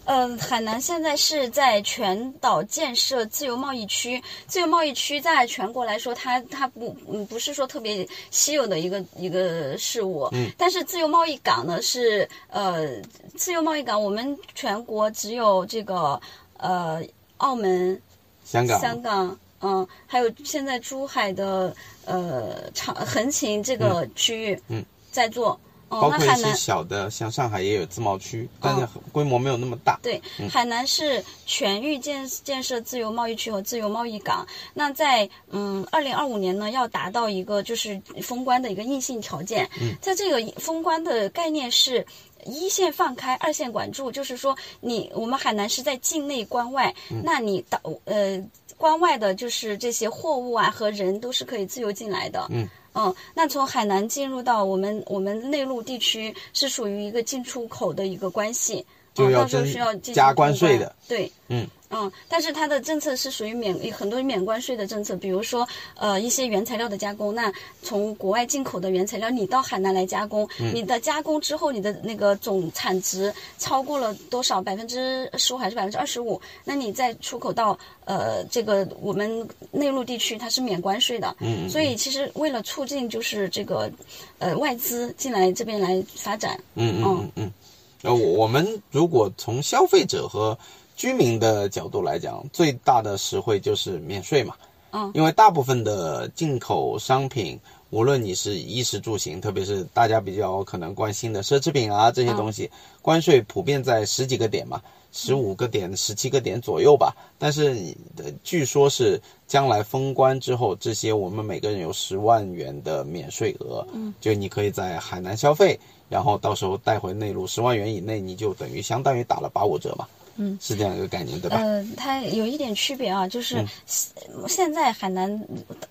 Speaker 1: 嗯，海南现在是在全岛建设自由贸易区。自由贸易区在全国来说，它它不嗯不是说特别稀有的一个一个事物。嗯。但是自由贸易港呢是呃自由贸易港，我们全国只有这个呃澳门、
Speaker 2: 香港，
Speaker 1: 香港，嗯，还有现在珠海的呃长横琴这个区域，
Speaker 2: 嗯嗯
Speaker 1: 在做。
Speaker 2: 包
Speaker 1: 哦，
Speaker 2: 括
Speaker 1: 那海
Speaker 2: 一些
Speaker 1: 南
Speaker 2: 小的，像上海也有自贸区，但是
Speaker 1: 哦
Speaker 2: 规模没有那么大。
Speaker 1: 对，海南是全域建建设自由贸易区和自由贸易港。那在嗯，二零二五年呢，要达到一个就是封关的一个硬性条件。嗯，在这个封关的概念是。一线放开，二线管住，就是说你我们海南是在境内关外，
Speaker 2: 嗯
Speaker 1: 那你岛呃关外的就是这些货物啊和人都是可以自由进来的。
Speaker 2: 嗯
Speaker 1: 嗯，那从海南进入到我们我们内陆地区是属于一个进出口的一个关系，
Speaker 2: 就
Speaker 1: 嗯
Speaker 2: 要
Speaker 1: 到时候
Speaker 2: 征
Speaker 1: 是要进行
Speaker 2: 加关
Speaker 1: 通
Speaker 2: 税的。
Speaker 1: 对，
Speaker 2: 嗯
Speaker 1: 嗯，但是它的政策是属于免很多免关税的政策，比如说呃一些原材料的加工，那从国外进口的原材料你到海南来加工，
Speaker 2: 嗯
Speaker 1: 你的加工之后你的那个总产值超过了多少百分之十五还是百分之二十五，那你再出口到呃这个我们内陆地区它是免关税的，
Speaker 2: 嗯嗯
Speaker 1: 所以其实为了促进就是这个呃外资进来这边来发展，
Speaker 2: 嗯嗯嗯
Speaker 1: 嗯
Speaker 2: 嗯。呃，我我们如果从消费者和居民的角度来讲，最大的实惠就是免税嘛。
Speaker 1: 嗯
Speaker 2: 因为大部分的进口商品，无论你是衣食住行，特别是大家比较可能关心的奢侈品啊这些东西，关税普遍在十几个点嘛，十五个点、十七个点左右吧。但是你的据说是将来封关之后，这些我们每个人有十万元的免税额，嗯，就你可以在海南消费，然后到时候带回内陆，十万元以内你就等于相当于打了八五折嘛，嗯，是这样一个概念对吧？嗯
Speaker 1: 呃，它有一点区别啊，就是现现在海南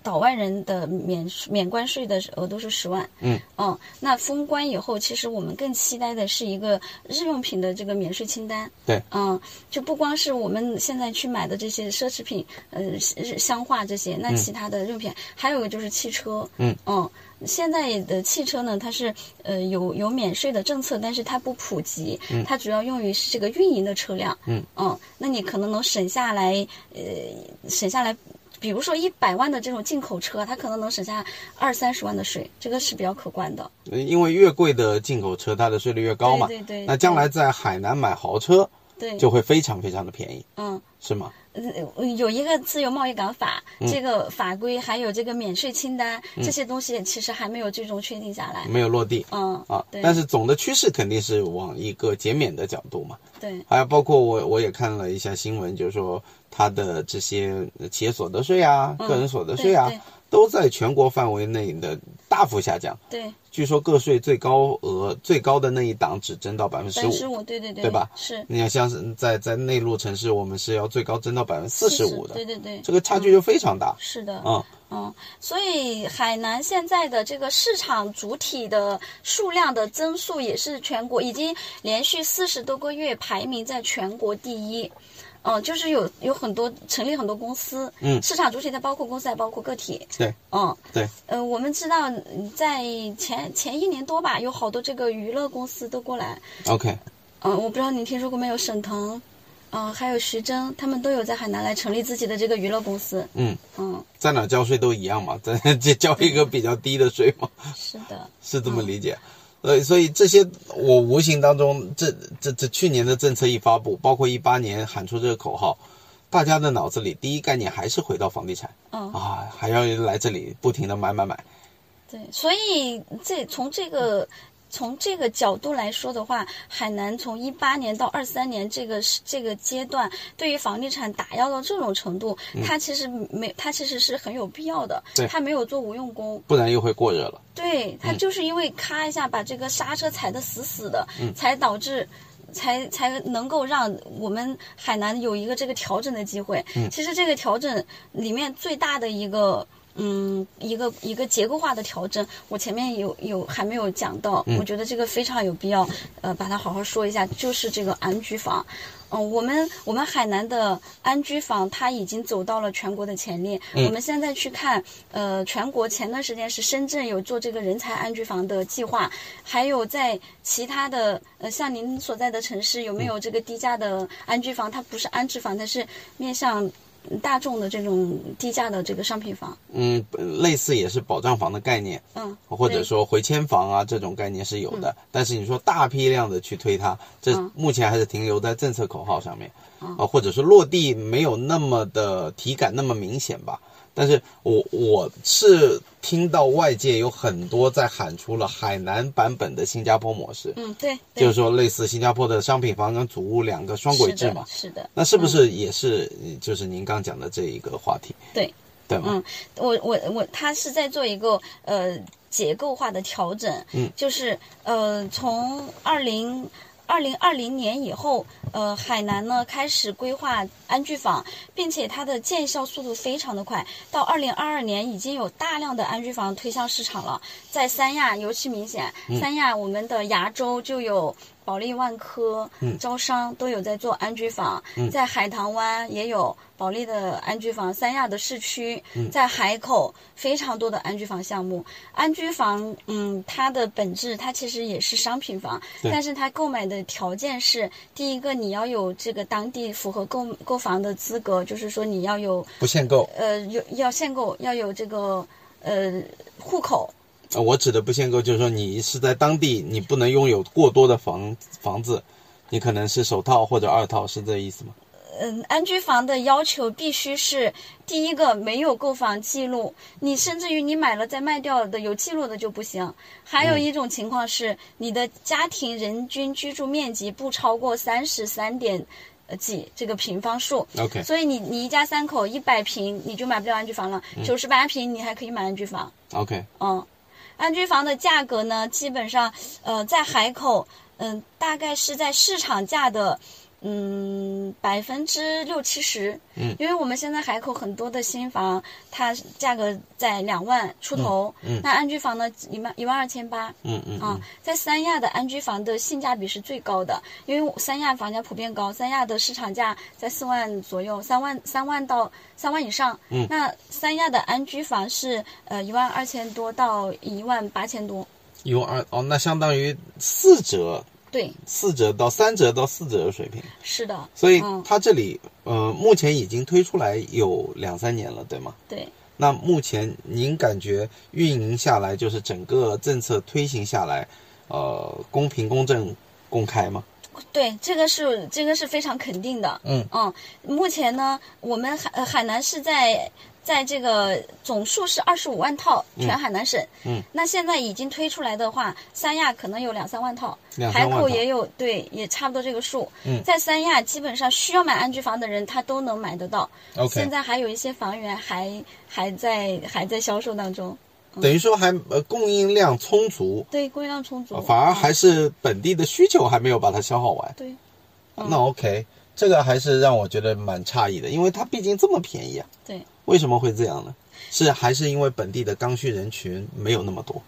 Speaker 1: 岛外人的免免关税的额度是十万。
Speaker 2: 嗯，
Speaker 1: 哦，那封关以后，其实我们更期待的是一个日用品的这个免税清单。
Speaker 2: 对
Speaker 1: 嗯，就不光是我们现在去买的这些奢侈品，呃，日香化这些，那其他的日用品，还有一个就是汽车。
Speaker 2: 嗯，
Speaker 1: 哦。现在的汽车呢，它是呃有有免税的政策，但是它不普及，它主要用于是这个运营的车辆。
Speaker 2: 嗯
Speaker 1: 那你可能能省下来，呃，省下来，比如说一百万的这种进口车，它可能能省下二三十万的税，这个是比较可观的。
Speaker 2: 呃因为越贵的进口车，它的税率越高嘛。
Speaker 1: 对对对
Speaker 2: 那将来在海南买豪车
Speaker 1: 对，
Speaker 2: 就会非常非常的便宜，
Speaker 1: 嗯。
Speaker 2: 是吗？
Speaker 1: 嗯，有一个自由贸易港法，
Speaker 2: 嗯
Speaker 1: 这个法规还有这个免税清单，这些东西其实还没有最终确定下来。
Speaker 2: 没有落地
Speaker 1: 嗯，
Speaker 2: 啊，
Speaker 1: 对
Speaker 2: 但是总的趋势肯定是往一个减免的角度嘛。
Speaker 1: 对，
Speaker 2: 还有包括我我也看了一下新闻，就是说它的这些企业所得税啊、个人所得税啊
Speaker 1: 对，
Speaker 2: 都在全国范围内的大幅下降。
Speaker 1: 对，
Speaker 2: 据说个税最高额最高的那一档只增到百分之
Speaker 1: 三
Speaker 2: 五，
Speaker 1: 十五，对对对，
Speaker 2: 对吧
Speaker 1: 是
Speaker 2: 你要像是在在内陆城市，我们是要最高增到百分之四十五嗯
Speaker 1: 对
Speaker 2: 的，
Speaker 1: 对对，
Speaker 2: 这个差距就非常大。
Speaker 1: 是的。
Speaker 2: 嗯，
Speaker 1: 嗯，所以海南现在的这个市场主体的数量的增速也是全国已经连续四十多个月排名在全国第一。嗯，就是有有很多成立很多公司，
Speaker 2: 嗯
Speaker 1: 市场主体它包括公司，还包括个体，
Speaker 2: 对，
Speaker 1: 嗯，
Speaker 2: 对，
Speaker 1: 呃，我们知道嗯在前前一年多吧，有好多这个娱乐公司都过来，
Speaker 2: OK，
Speaker 1: 嗯、我不知道你听说过没有，沈腾，嗯、还有徐峥，他们都有在海南来成立自己的这个娱乐公司，
Speaker 2: 嗯，
Speaker 1: 嗯，
Speaker 2: 在哪交税都一样嘛，在 就交一个比较低的税嘛，
Speaker 1: 是的，
Speaker 2: 是这么理解。呃所以，所以这些我无形当中，这这这去年的政策一发布，包括一八年喊出这个口号，大家的脑子里第一概念还是回到房地产
Speaker 1: 嗯。
Speaker 2: 啊，还要来这里不停的买买买。
Speaker 1: 对，所以这从这个从这个角度来说的话，海南从一八年到二三年这个是这个阶段，对于房地产打压到这种程度，它其实没，它其实是很有必要的
Speaker 2: 对，
Speaker 1: 它没有做无用功。
Speaker 2: 不然又会过热了。
Speaker 1: 对，它就是因为咔一下把这个刹车踩得死死的，才导致。才才能够让我们海南有一个这个调整的机会。其实这个调整里面最大的一个，嗯，一个一个结构化的调整，我前面有有还没有讲到，我觉得这个非常有必要，呃，把它好好说一下，就是这个安居房。嗯，我们我们海南的安居房，它已经走到了全国的前列。
Speaker 2: 嗯
Speaker 1: 我们现在去看，呃，全国前段时间是深圳有做这个人才安居房的计划，还有在其他的，呃，像您所在的城市有没
Speaker 2: 嗯
Speaker 1: 有这个低价的安居房？它不是安置房，它是面向大众的这种低价的这个商品房。
Speaker 2: 嗯，类似也是保障房的概念，
Speaker 1: 嗯，
Speaker 2: 或者
Speaker 1: 对
Speaker 2: 说回迁房啊这种概念是有的，但是你说大批量的去推它，这
Speaker 1: 嗯
Speaker 2: 目前还是停留在政策口号上面，啊、或者说落地没有那么的体感那么明显吧。但是我我是听到外界有很多在喊出了海南版本的新加坡模式，
Speaker 1: 嗯，对，对
Speaker 2: 就是说类似新加坡的商品房跟祖屋两个双轨制嘛，
Speaker 1: 是的，是嗯的。
Speaker 2: 那是不是也是就是您刚讲的这一个话题？
Speaker 1: 对，
Speaker 2: 对吗？
Speaker 1: 嗯我我我，他是在做一个呃结构化的调整，
Speaker 2: 嗯，
Speaker 1: 就是呃从二零。二零二零年以后，呃，海南呢开始规划安居房，并且它的见效速度非常的快。到二零二二年，已经有大量的安居房推向市场了，在三亚尤其明显。三亚我们的崖州就有保利万科、招商都有在做安居房，在海棠湾也有保利的安居房，三亚的市区，在海口非常多的安居房项目。安居房，嗯，它的本质它其实也是商品房，
Speaker 2: 对
Speaker 1: 但是它购买的条件是，第一个你要有这个当地符合购购房的资格，就是说你要有
Speaker 2: 不限购。
Speaker 1: 呃有要限购，要有这个呃户口，
Speaker 2: 呃，我指的不限购就是说，你是在当地，你不能拥有过多的房房子，你可能是首套或者二套，是这意思吗？
Speaker 1: 嗯，安居房的要求必须是第一个没有购房记录，你甚至于你买了再卖掉的有记录的就不行。还有一种情况是，你的家庭人均居住面积不超过三十三点呃几这个平方数。
Speaker 2: OK
Speaker 1: 所以你你一家三口一百平你就买不了安居房了，九十八平你还可以买安居房。
Speaker 2: OK，
Speaker 1: 嗯，安居房的价格呢，基本上呃在海口，嗯、大概是在市场价的。嗯，百分之六七十，
Speaker 2: 嗯，
Speaker 1: 因为我们现在海口很多的新房，它价格在两万出头，
Speaker 2: 嗯嗯
Speaker 1: 那安居房呢一万一万二千八，
Speaker 2: 嗯嗯
Speaker 1: 啊
Speaker 2: 嗯，
Speaker 1: 在三亚的安居房的性价比是最高的，因为三亚房价普遍高，三亚的市场价在四万左右，三万三万到三万以上。
Speaker 2: 嗯
Speaker 1: 那三亚的安居房是呃一万二千多到一万八千多，
Speaker 2: 一万二哦，那相当于四折、
Speaker 1: 对，
Speaker 2: 四折到三折到四折的水平。
Speaker 1: 是的，
Speaker 2: 所以
Speaker 1: 嗯
Speaker 2: 它这里，呃，目前已经推出来有两三年了，对吗？
Speaker 1: 对，
Speaker 2: 那目前您感觉运营下来，就是整个政策推行下来，呃，公平、公正、公开吗？
Speaker 1: 对，这个是这个是非常肯定的。
Speaker 2: 嗯
Speaker 1: 嗯，目前呢，我们海呃海南是在在这个总数是二十五万套，全海南省。
Speaker 2: 嗯
Speaker 1: 那现在已经推出来的话，三亚可能有两三万套，
Speaker 2: 两三
Speaker 1: 海
Speaker 2: 万套
Speaker 1: 口也有，对，也差不多这个数。
Speaker 2: 嗯
Speaker 1: 在三亚基本上需要买安居房的人，他都能买得到。
Speaker 2: OK
Speaker 1: 现在还有一些房源还还在还在销售当中，
Speaker 2: 等于说还呃供应量充足，呃
Speaker 1: 对，供应量充足。
Speaker 2: 啊反而还
Speaker 1: 嗯
Speaker 2: 是本地的需求还没有把它消耗完。
Speaker 1: 对，嗯
Speaker 2: 那 OK，这个还是让我觉得蛮诧异的，因为它毕竟这么便宜啊，
Speaker 1: 对。
Speaker 2: 为什么会这样呢？是还是因为本地的刚需人群没有那么多？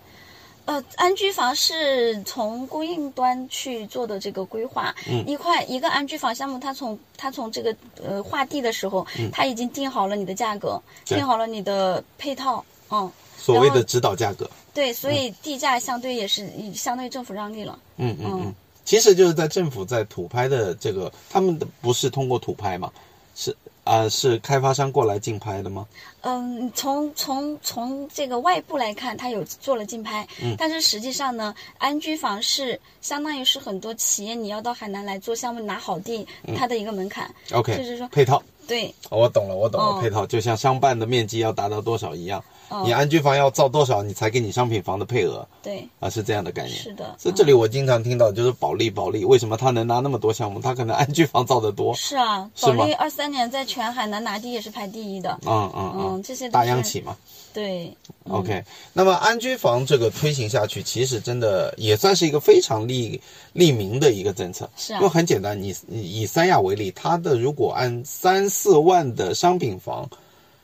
Speaker 1: 呃，安居房是从供应端去做的这个规划，
Speaker 2: 嗯
Speaker 1: 一块一个安居房项目，它从它从这个呃划地的时候，它已经定好了你的价格，
Speaker 2: 嗯对
Speaker 1: 定好了你的配套，嗯，
Speaker 2: 所谓
Speaker 1: 然后
Speaker 2: 的指导价格，
Speaker 1: 对，所以地价相对也是以相对政府让利了，
Speaker 2: 嗯嗯嗯
Speaker 1: 嗯，
Speaker 2: 其实就是在政府在土拍的这呃个，他们的不是通过土拍嘛，是啊、是开发商过来竞拍的吗？
Speaker 1: 嗯，从从从这个外部来看，它有做了竞拍，
Speaker 2: 嗯
Speaker 1: 但是实际上呢，安居房是相当于是很多企业你要到海南来做项目拿好地，
Speaker 2: 嗯
Speaker 1: 它的一个门槛。
Speaker 2: OK，
Speaker 1: 就是说
Speaker 2: 配套，
Speaker 1: 对，
Speaker 2: 我懂了，我懂了，
Speaker 1: 哦
Speaker 2: 配套就像商办的面积要达到多少一样，你安居房要造多少，你才给你商品房的配额
Speaker 1: 对，
Speaker 2: 啊，是这样的概念。
Speaker 1: 是的
Speaker 2: 所以这里我经常听到就是保利，保利为什么他能拿那么多项目？他可能安居房造的多，
Speaker 1: 是啊，
Speaker 2: 是
Speaker 1: 保
Speaker 2: 吗
Speaker 1: 利二三年在全海南拿地也是排第一的。
Speaker 2: 嗯嗯
Speaker 1: 嗯，这些嗯都
Speaker 2: 大央
Speaker 1: 是
Speaker 2: 企嘛。
Speaker 1: 对，
Speaker 2: OK，那么安居房这个推行下去，其实真的也算是一个非常利利民的一个政策。
Speaker 1: 是啊
Speaker 2: 因为很简单，你你以三亚为例，它的如果按三四万的商品房，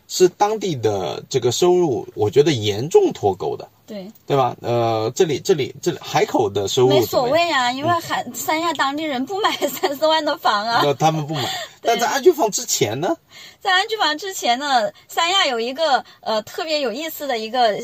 Speaker 2: 是当地的这个收入，我觉得严重脱钩的，
Speaker 1: 对，
Speaker 2: 对吧？呃，这里这里这里海口的嗯收入
Speaker 1: 没
Speaker 2: 怎
Speaker 1: 所
Speaker 2: 么样
Speaker 1: 谓啊，因为海三亚当地人不买三四万的房啊。
Speaker 2: 那他们 不买，但在安居房之前呢？
Speaker 1: 在安居房之前呢，三亚有一个呃特别有意思的一个呃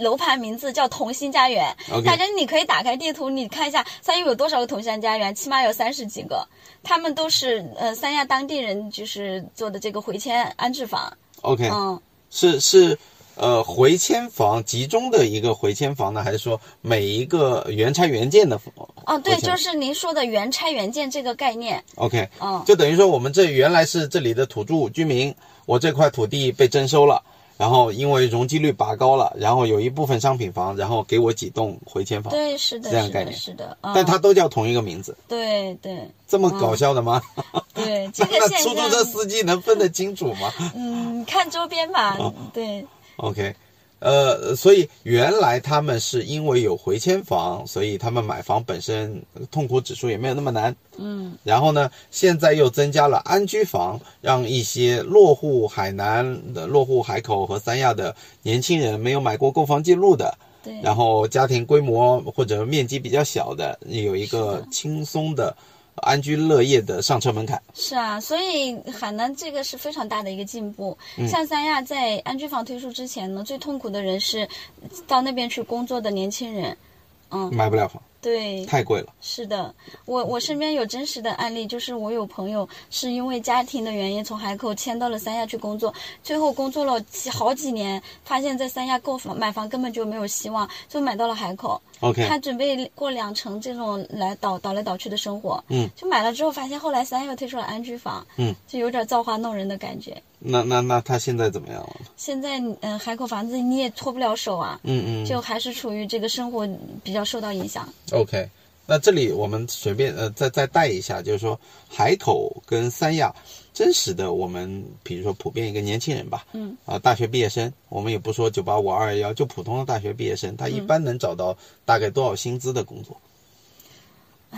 Speaker 1: 楼盘名字叫同心家园。
Speaker 2: OK
Speaker 1: 大家你可以打开地图，你看一下三亚有多少个同心家园，起码有三十几个。他们都是呃三亚当地人就是做的这个回迁安置房。
Speaker 2: OK，、
Speaker 1: 嗯，
Speaker 2: 是是，呃，回迁房集中的一个回迁房呢，还是说每一个原拆原建的房？
Speaker 1: 哦，对
Speaker 2: 回，迁
Speaker 1: 就是您说的原拆原建这个概念。
Speaker 2: OK，
Speaker 1: 嗯
Speaker 2: 就等于说我们这原来是这里的土著居民，我这块土地被征收了，然后因为容积率拔高了，然后有一部分商品房，然后给我几栋回迁房，
Speaker 1: 对，是的，
Speaker 2: 这样
Speaker 1: 是
Speaker 2: 概
Speaker 1: 的，
Speaker 2: 念
Speaker 1: 是的。
Speaker 2: 但
Speaker 1: 嗯，
Speaker 2: 它都叫同一个名字，
Speaker 1: 对 对
Speaker 2: 这么搞笑的吗？
Speaker 1: 对，嗯这
Speaker 2: 那
Speaker 1: 个
Speaker 2: 那
Speaker 1: 现
Speaker 2: 出租
Speaker 1: 象，
Speaker 2: 车司机能分得清楚吗？
Speaker 1: 嗯，看周边吧。
Speaker 2: 哦
Speaker 1: 对
Speaker 2: OK，呃，所以原来他们是因为有回迁房，所以他们买房本身呃痛苦指数也没有那么难。嗯，然后呢，现在又增加了安居房，让一些落户海南的、落户海口和三亚的年轻人没有买过购房记录的。
Speaker 1: 对。
Speaker 2: 然后家庭规模或者面积比较小的，有一
Speaker 1: 是
Speaker 2: 个
Speaker 1: 的
Speaker 2: 轻松的安居乐业的上车门槛。
Speaker 1: 是啊，所以海南这个是非常大的一个进步。像三亚在安居房推出之前呢，最痛苦的人是到那边去工作的年轻人。嗯
Speaker 2: 买不了房，
Speaker 1: 对，
Speaker 2: 太贵了。
Speaker 1: 是的，我我身边有真实的案例，就是我有朋友是因为家庭的原因从海口迁到了三亚去工作，最后工作了几好几年，发现在三亚购房买房根本就没有希望，就买到了海口。
Speaker 2: OK，
Speaker 1: 他准备过两成这种来倒倒来倒去的生活，
Speaker 2: 嗯，
Speaker 1: 就买了之后发现后来三亚又推出了安居房，
Speaker 2: 嗯，
Speaker 1: 就有点造化弄人的感觉。
Speaker 2: 那那那他现在怎么样了？
Speaker 1: 现在嗯、呃海口房子你也脱不了手啊，
Speaker 2: 嗯嗯，
Speaker 1: 就还是处于这个生活比较受到影响。
Speaker 2: OK，那这里我们随便呃再再带一下，就是说海口跟三亚，真实的我们比如说普遍一个年轻人吧，
Speaker 1: 嗯，
Speaker 2: 啊、大学毕业生，我们也不说九八五二幺，就普通的大学毕业
Speaker 1: 嗯
Speaker 2: 生，他一般能找到大概多少薪资的工作？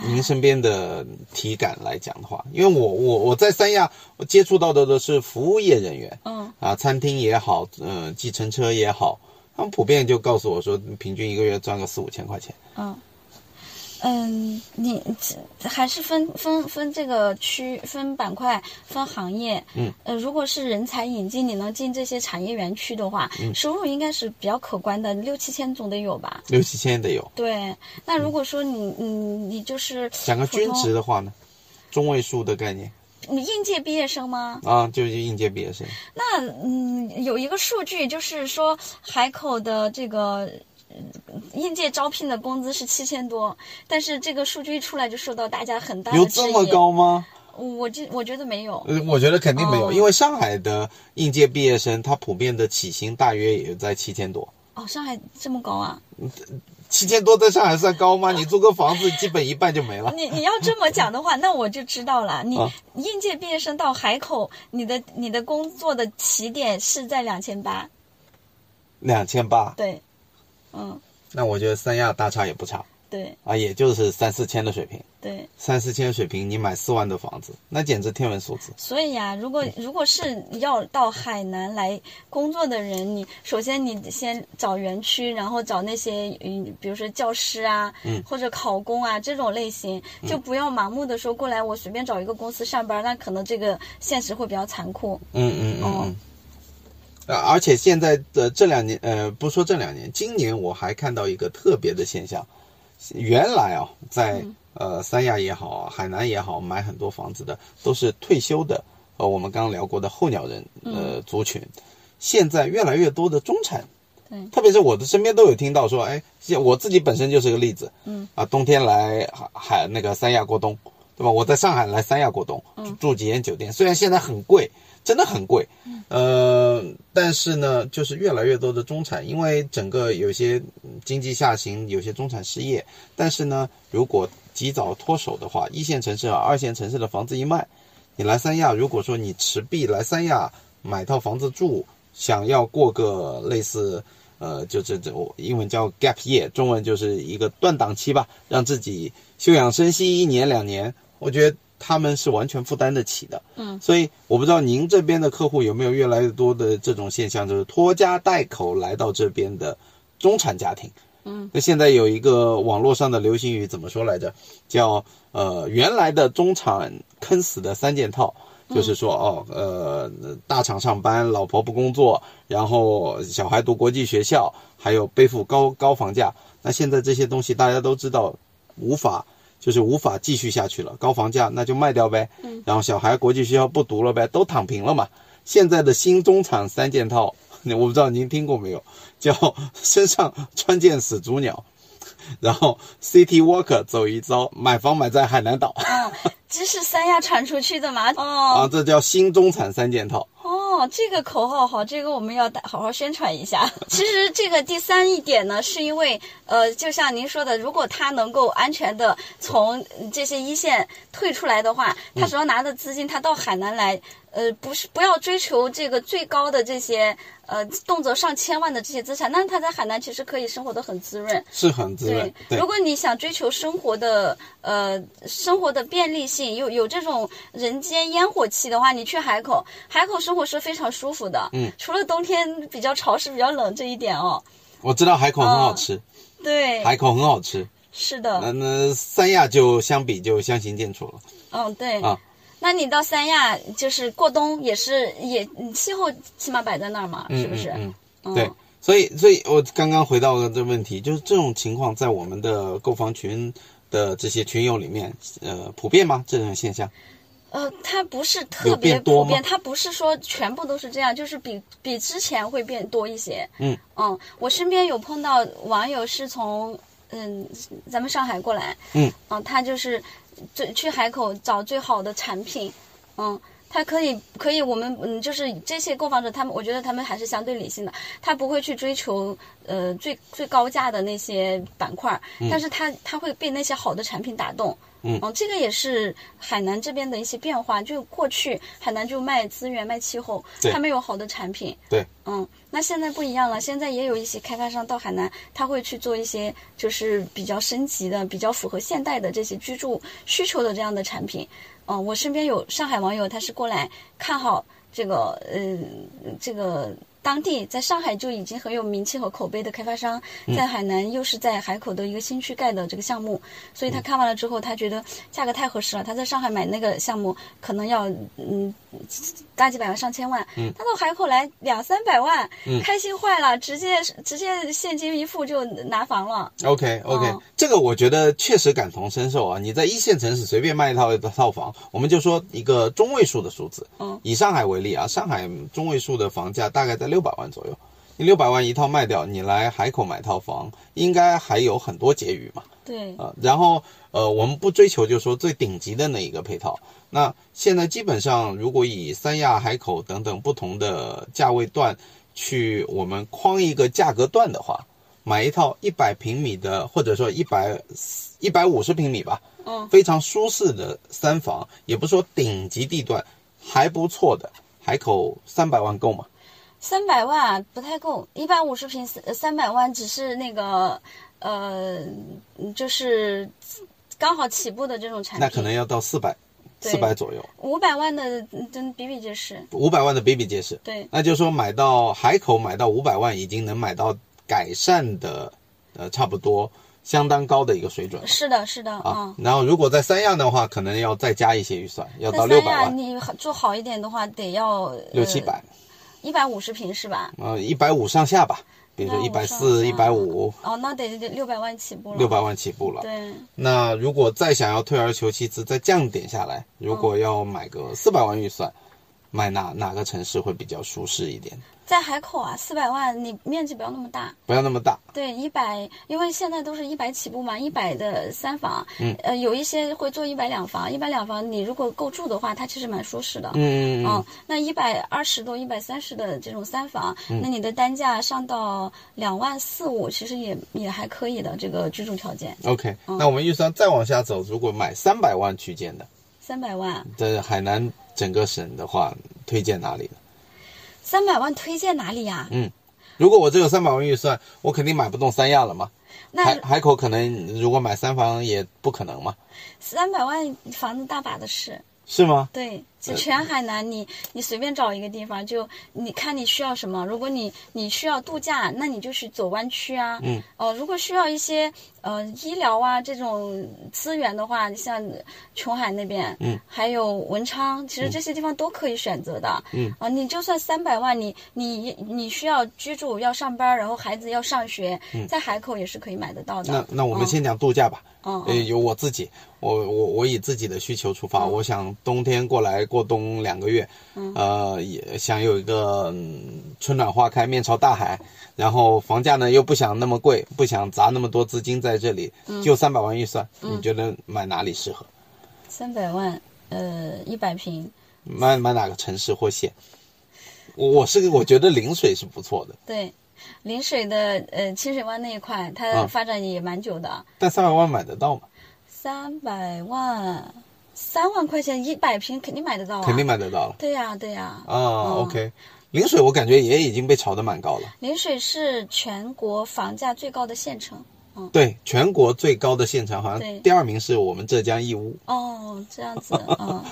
Speaker 2: 您身边的体感来讲的话，因为我我我在三亚我接触到的都是服务业人员，
Speaker 1: 嗯，
Speaker 2: 啊，餐厅也好，嗯，计程车也好，他们普遍就告诉我说，平均一个月赚个四五千块钱。
Speaker 1: 嗯。嗯，你这还是分分分这个区、分板块、分行业。
Speaker 2: 嗯，
Speaker 1: 呃，如果是人才引进，你能进这些产业园区的话，
Speaker 2: 嗯
Speaker 1: 收入应该是比较可观的，六七千总得有吧？
Speaker 2: 六七千得有。
Speaker 1: 对，那如果说你你你就是
Speaker 2: 讲个
Speaker 1: 普
Speaker 2: 均
Speaker 1: 通
Speaker 2: 值的话呢，中位数的概念
Speaker 1: 你应届毕业生吗？
Speaker 2: 啊，就是应届毕业生。
Speaker 1: 那嗯，有一个数据就是说，海口的这个嗯应届招聘的工资是七千多，但是这个数据一出来就受到大家很大的
Speaker 2: 有
Speaker 1: 质疑。
Speaker 2: 这么？高吗？
Speaker 1: 我这我觉得没有。
Speaker 2: 呃，我觉得肯定没有，
Speaker 1: 哦
Speaker 2: 因为上海的应届毕业生，他普遍的起薪大约也在七千多。
Speaker 1: 哦，上海这么高啊？
Speaker 2: 七千多在上海算高吗？你租个房子，基本一半就没了。
Speaker 1: 你你要这么讲的话，那我就知道了。你
Speaker 2: 啊
Speaker 1: 应届毕业生到海口，你的你的工作的起点是在两千八，
Speaker 2: 两千八，
Speaker 1: 对，嗯，
Speaker 2: 那我觉得三亚大差也不差
Speaker 1: 对
Speaker 2: 啊，也就是三四千的水平，
Speaker 1: 对。
Speaker 2: 三四千水平，你买四万的房子，那简直天文数字。
Speaker 1: 所以呀、如果如果是要到海南来工作的人，你首先你先找园区，然后找那些嗯，比如说教师啊，
Speaker 2: 嗯
Speaker 1: 或者考公啊这种类型，就不要盲目的说过来我随便找一个公司上班，那可能这个现实会比较残酷。
Speaker 2: 嗯嗯嗯
Speaker 1: 哦
Speaker 2: 嗯。呃，而且现在的这两年，呃，不说这两年，今年我还看到一个特别的现象，原来啊，在
Speaker 1: 嗯
Speaker 2: 呃三亚也好，海南也好，买很
Speaker 1: 嗯
Speaker 2: 多房子的都是退休的，呃，我们刚刚聊过的候鸟人，呃，族群，现在越来越多的中产
Speaker 1: 对，
Speaker 2: 特别是我的身边都有听到说，哎，像我自己本身就是个例子，
Speaker 1: 嗯
Speaker 2: 啊，冬天来海海那个三亚过冬，对吧？我在上海来三亚过冬，住住几天酒店，虽然现在很贵，真的很贵，呃，但是呢，就是越来越多的中产，因为整个有些嗯经济下行，有些中产失业，但是呢，如果及早脱手的话，一线城市和二线城市的房子一卖，你来三亚，如果说你持币来三亚买套房子住，想要过个类似呃，就这这我英文叫 gap year，中文就是一个断档期吧，让自己休养生息一年两年，我觉得他们是完全负担得起的。
Speaker 1: 嗯，
Speaker 2: 所以我不知道您这边的客户有没有越来越多的这种现象，就是拖家带口来到这边的中产家庭。
Speaker 1: 嗯，
Speaker 2: 那现在有一个网络上的流行语怎么说来着？叫呃，原来的中产坑死的三件套，就是说哦，呃，大厂上班，老婆不工作，然后小孩读国际学校，还有背负高高房价。那现在这些东西大家都知道，无法就是无法继续下去了，高房价那就卖掉呗，
Speaker 1: 嗯
Speaker 2: 然后小孩国际学校不读了呗，都躺平了嘛。现在的新中产三件套， 我不知道您听过没有，叫身上穿件死猪鸟，然后 City Walker 走一遭，买房买在海南岛
Speaker 1: 这是三亚传出去的嘛？
Speaker 2: 啊，
Speaker 1: 哦
Speaker 2: 这叫新中产三件套。
Speaker 1: 哦，这个口号好，这个我们要打好好宣传一下。 其实这个第三一点呢，是因为呃，就像您说的，如果他能够安全的从这些一线退出来的话，他手上拿的资金，他到海南来，呃，不是不要追求这个最高的这些呃动辄上千万的这些资产，那他在海南其实可以生活的很滋润。
Speaker 2: 是很滋润，对
Speaker 1: 如，果你想追求生活的呃生活的便利性，有有这种人间烟火气的话，你去海口，海口生活是非常舒服的。
Speaker 2: 嗯，
Speaker 1: 除了冬天比较潮湿、比较冷这一点哦。
Speaker 2: 我知道海口很好吃，
Speaker 1: 对，
Speaker 2: 海口很好吃，
Speaker 1: 是
Speaker 2: 那
Speaker 1: 的，
Speaker 2: 那三亚就相比就相形见绌了。
Speaker 1: 嗯，对。
Speaker 2: 啊
Speaker 1: 那你到三亚就是过冬，也是也嗯气候起码摆在那儿嘛，是不是？
Speaker 2: 嗯
Speaker 1: 嗯
Speaker 2: 对，所以，所以我刚刚回到了这问题，就是这种情况在我们的购房群的这些群友里面，呃，普遍吗？这种现象？
Speaker 1: 呃，它不是特
Speaker 2: 有
Speaker 1: 别
Speaker 2: 变多
Speaker 1: 普
Speaker 2: 吗
Speaker 1: 遍，它不是说全部都是这样，就是比比之前会变多一些。
Speaker 2: 嗯
Speaker 1: 嗯，我身边有碰到网友是从嗯咱们上海过来，
Speaker 2: 嗯
Speaker 1: 啊、他就是最去海口找最好的产品，嗯。他可以，可以，我们嗯，就是这些购房者，他们我觉得他们还是相对理性的，他不会去追求呃最最高价的那些板块儿，
Speaker 2: 嗯
Speaker 1: 但是他他会被那些好的产品打动，嗯，这个也是海南这边的一些变化。就过去海南就卖资源、卖气候，
Speaker 2: 对
Speaker 1: 他们有好的产品。
Speaker 2: 对，
Speaker 1: 嗯，那现在不一样了，现在也有一些开发商到海南，他会去做一些就是比较升级的、比较符合现代的这些居住需求的这样的产品。嗯，我身边有上海网友，他是过来看好这个，嗯、这个当地在上海就已经很有名气和口碑的开发商，
Speaker 2: 嗯
Speaker 1: 在海南又是在海口的一个新区盖的这个项目，所
Speaker 2: 嗯
Speaker 1: 以他看完了之后，他觉得价格太合适了，他在上海买那个项目可能要嗯大几百万上千万，
Speaker 2: 嗯
Speaker 1: 他到海口来两三百万，开心坏了，直接直接现金一付就拿房了，
Speaker 2: OK OK，、
Speaker 1: 嗯
Speaker 2: 这个我觉得确实感同身受啊！你在一线城市随便卖一套一套房，我们就说一个中位数的数字，
Speaker 1: 嗯
Speaker 2: 以上海为例啊，上海中位数的房价大概在六百万左右，你六百万一套卖掉，你来海口买套房，应该还有很多结余嘛。
Speaker 1: 对，
Speaker 2: 啊，然后呃，我们不追求就是说最顶级的那一个配套。那现在基本上，如果以三亚、海口等等不同的价位段去我们框一个价格段的话，买一套一百平米的，或者说一百一百五十平米吧，
Speaker 1: 嗯
Speaker 2: 非常舒适的三房，也不是说顶级地段，还不错的。海口三百万够吗？
Speaker 1: 三百万啊不太够，一百五十平三三百万只是那个呃就是刚好起步的这种产品，
Speaker 2: 那可能要到四百，
Speaker 1: 对
Speaker 2: 四百左右，
Speaker 1: 五百万的嗯真比比皆是，
Speaker 2: 五百万的比比皆是。
Speaker 1: 对。
Speaker 2: 那就是说买到海口买到五百万，已经能买到改善的，呃，差不多相当高的一个水准了
Speaker 1: 是的，是的，嗯
Speaker 2: 啊。。然后如果在三亚的话，可能要再加一些预算，要到
Speaker 1: 在
Speaker 2: 六
Speaker 1: 嗯三
Speaker 2: 百
Speaker 1: 亚，
Speaker 2: 万、
Speaker 1: 你好住好一点的话，得要呃
Speaker 2: 六七，百，
Speaker 1: 一百五十平是吧？
Speaker 2: 呃，一百五上下吧，比如说一百四、一
Speaker 1: 150上
Speaker 2: 百
Speaker 1: 下
Speaker 2: 五、
Speaker 1: 哦，那得得六百万起步了。
Speaker 2: 六百万起步了。
Speaker 1: 对，
Speaker 2: 那如
Speaker 1: 嗯
Speaker 2: 果再想要退而求其次，再降点下来，如果要买个四百万预算，买哪哪个城市会比较舒适一点？
Speaker 1: 在海口啊，四百万你面积不要那么大，
Speaker 2: 不要那么大，
Speaker 1: 对，一百，因为现在都是一百起步嘛，一百的三房，
Speaker 2: 嗯
Speaker 1: 呃，有一些会做一百两房，一百两房你如果够住的话，它其实蛮舒适的，
Speaker 2: 嗯嗯嗯
Speaker 1: 哦，那一百二十多、一百三十的这种三房，
Speaker 2: 嗯
Speaker 1: 那你的单价上到两万四五，其实也也还可以的，这个居住条件，
Speaker 2: ，OK，那我们预算再往下走，如果买三百万区间的，
Speaker 1: 三百万，
Speaker 2: 在海南整个省的话，推荐哪里呢？
Speaker 1: 三百万推荐哪里呀、
Speaker 2: 嗯如果我只有三百万预算，我肯定买不动三亚了嘛。
Speaker 1: 那
Speaker 2: 海海口可能如果买三房也不可能嘛，
Speaker 1: 三百万房子大把的是，
Speaker 2: 是吗？
Speaker 1: 对，
Speaker 2: 哎
Speaker 1: 就全海南你，你随便找一个地方，就你看你需要什么。如果你你需要度假，那你就去走湾区啊。
Speaker 2: 嗯。
Speaker 1: 呃，如果需要一些呃医疗啊这种资源的话，你像琼海那边，
Speaker 2: 嗯，
Speaker 1: 还有文昌，其实这些地方都可以选择的。
Speaker 2: 嗯。
Speaker 1: 啊、你就算三百万，你你你需要居住，要上班，然后孩子要上学，
Speaker 2: 嗯
Speaker 1: 在海口也是可以买得到的。
Speaker 2: 那那我们
Speaker 1: 嗯
Speaker 2: 先讲度假吧。
Speaker 1: 嗯
Speaker 2: 呃，有我自己，我我我以自己的需求出发，我想冬天过来过冬两个月，呃，也想有一个、嗯、春暖花开、面朝大海，然后房价呢又不想那么贵，不想砸那么多资金在这里，就三百万预算，你觉得买哪里适合？
Speaker 1: 三百万，呃，一百平，
Speaker 2: 买买哪个城市或县？我我是我觉得陵水是不错的，
Speaker 1: 对，陵水的呃清水湾那一块，它
Speaker 2: 嗯
Speaker 1: 发展也蛮久的，
Speaker 2: 但三百万买得到吗？
Speaker 1: 三百万，三万块钱一百平肯定买得到啊，
Speaker 2: 肯定买得到了
Speaker 1: 对呀、对呀、
Speaker 2: 啊。OK，陵水我感觉也已经被炒得蛮高了，
Speaker 1: 陵水是全国房价最高的县城。
Speaker 2: 对，全国最高的县城好
Speaker 1: 对
Speaker 2: 像第二名是我们浙江义乌。
Speaker 1: 哦，这样 子，嗯，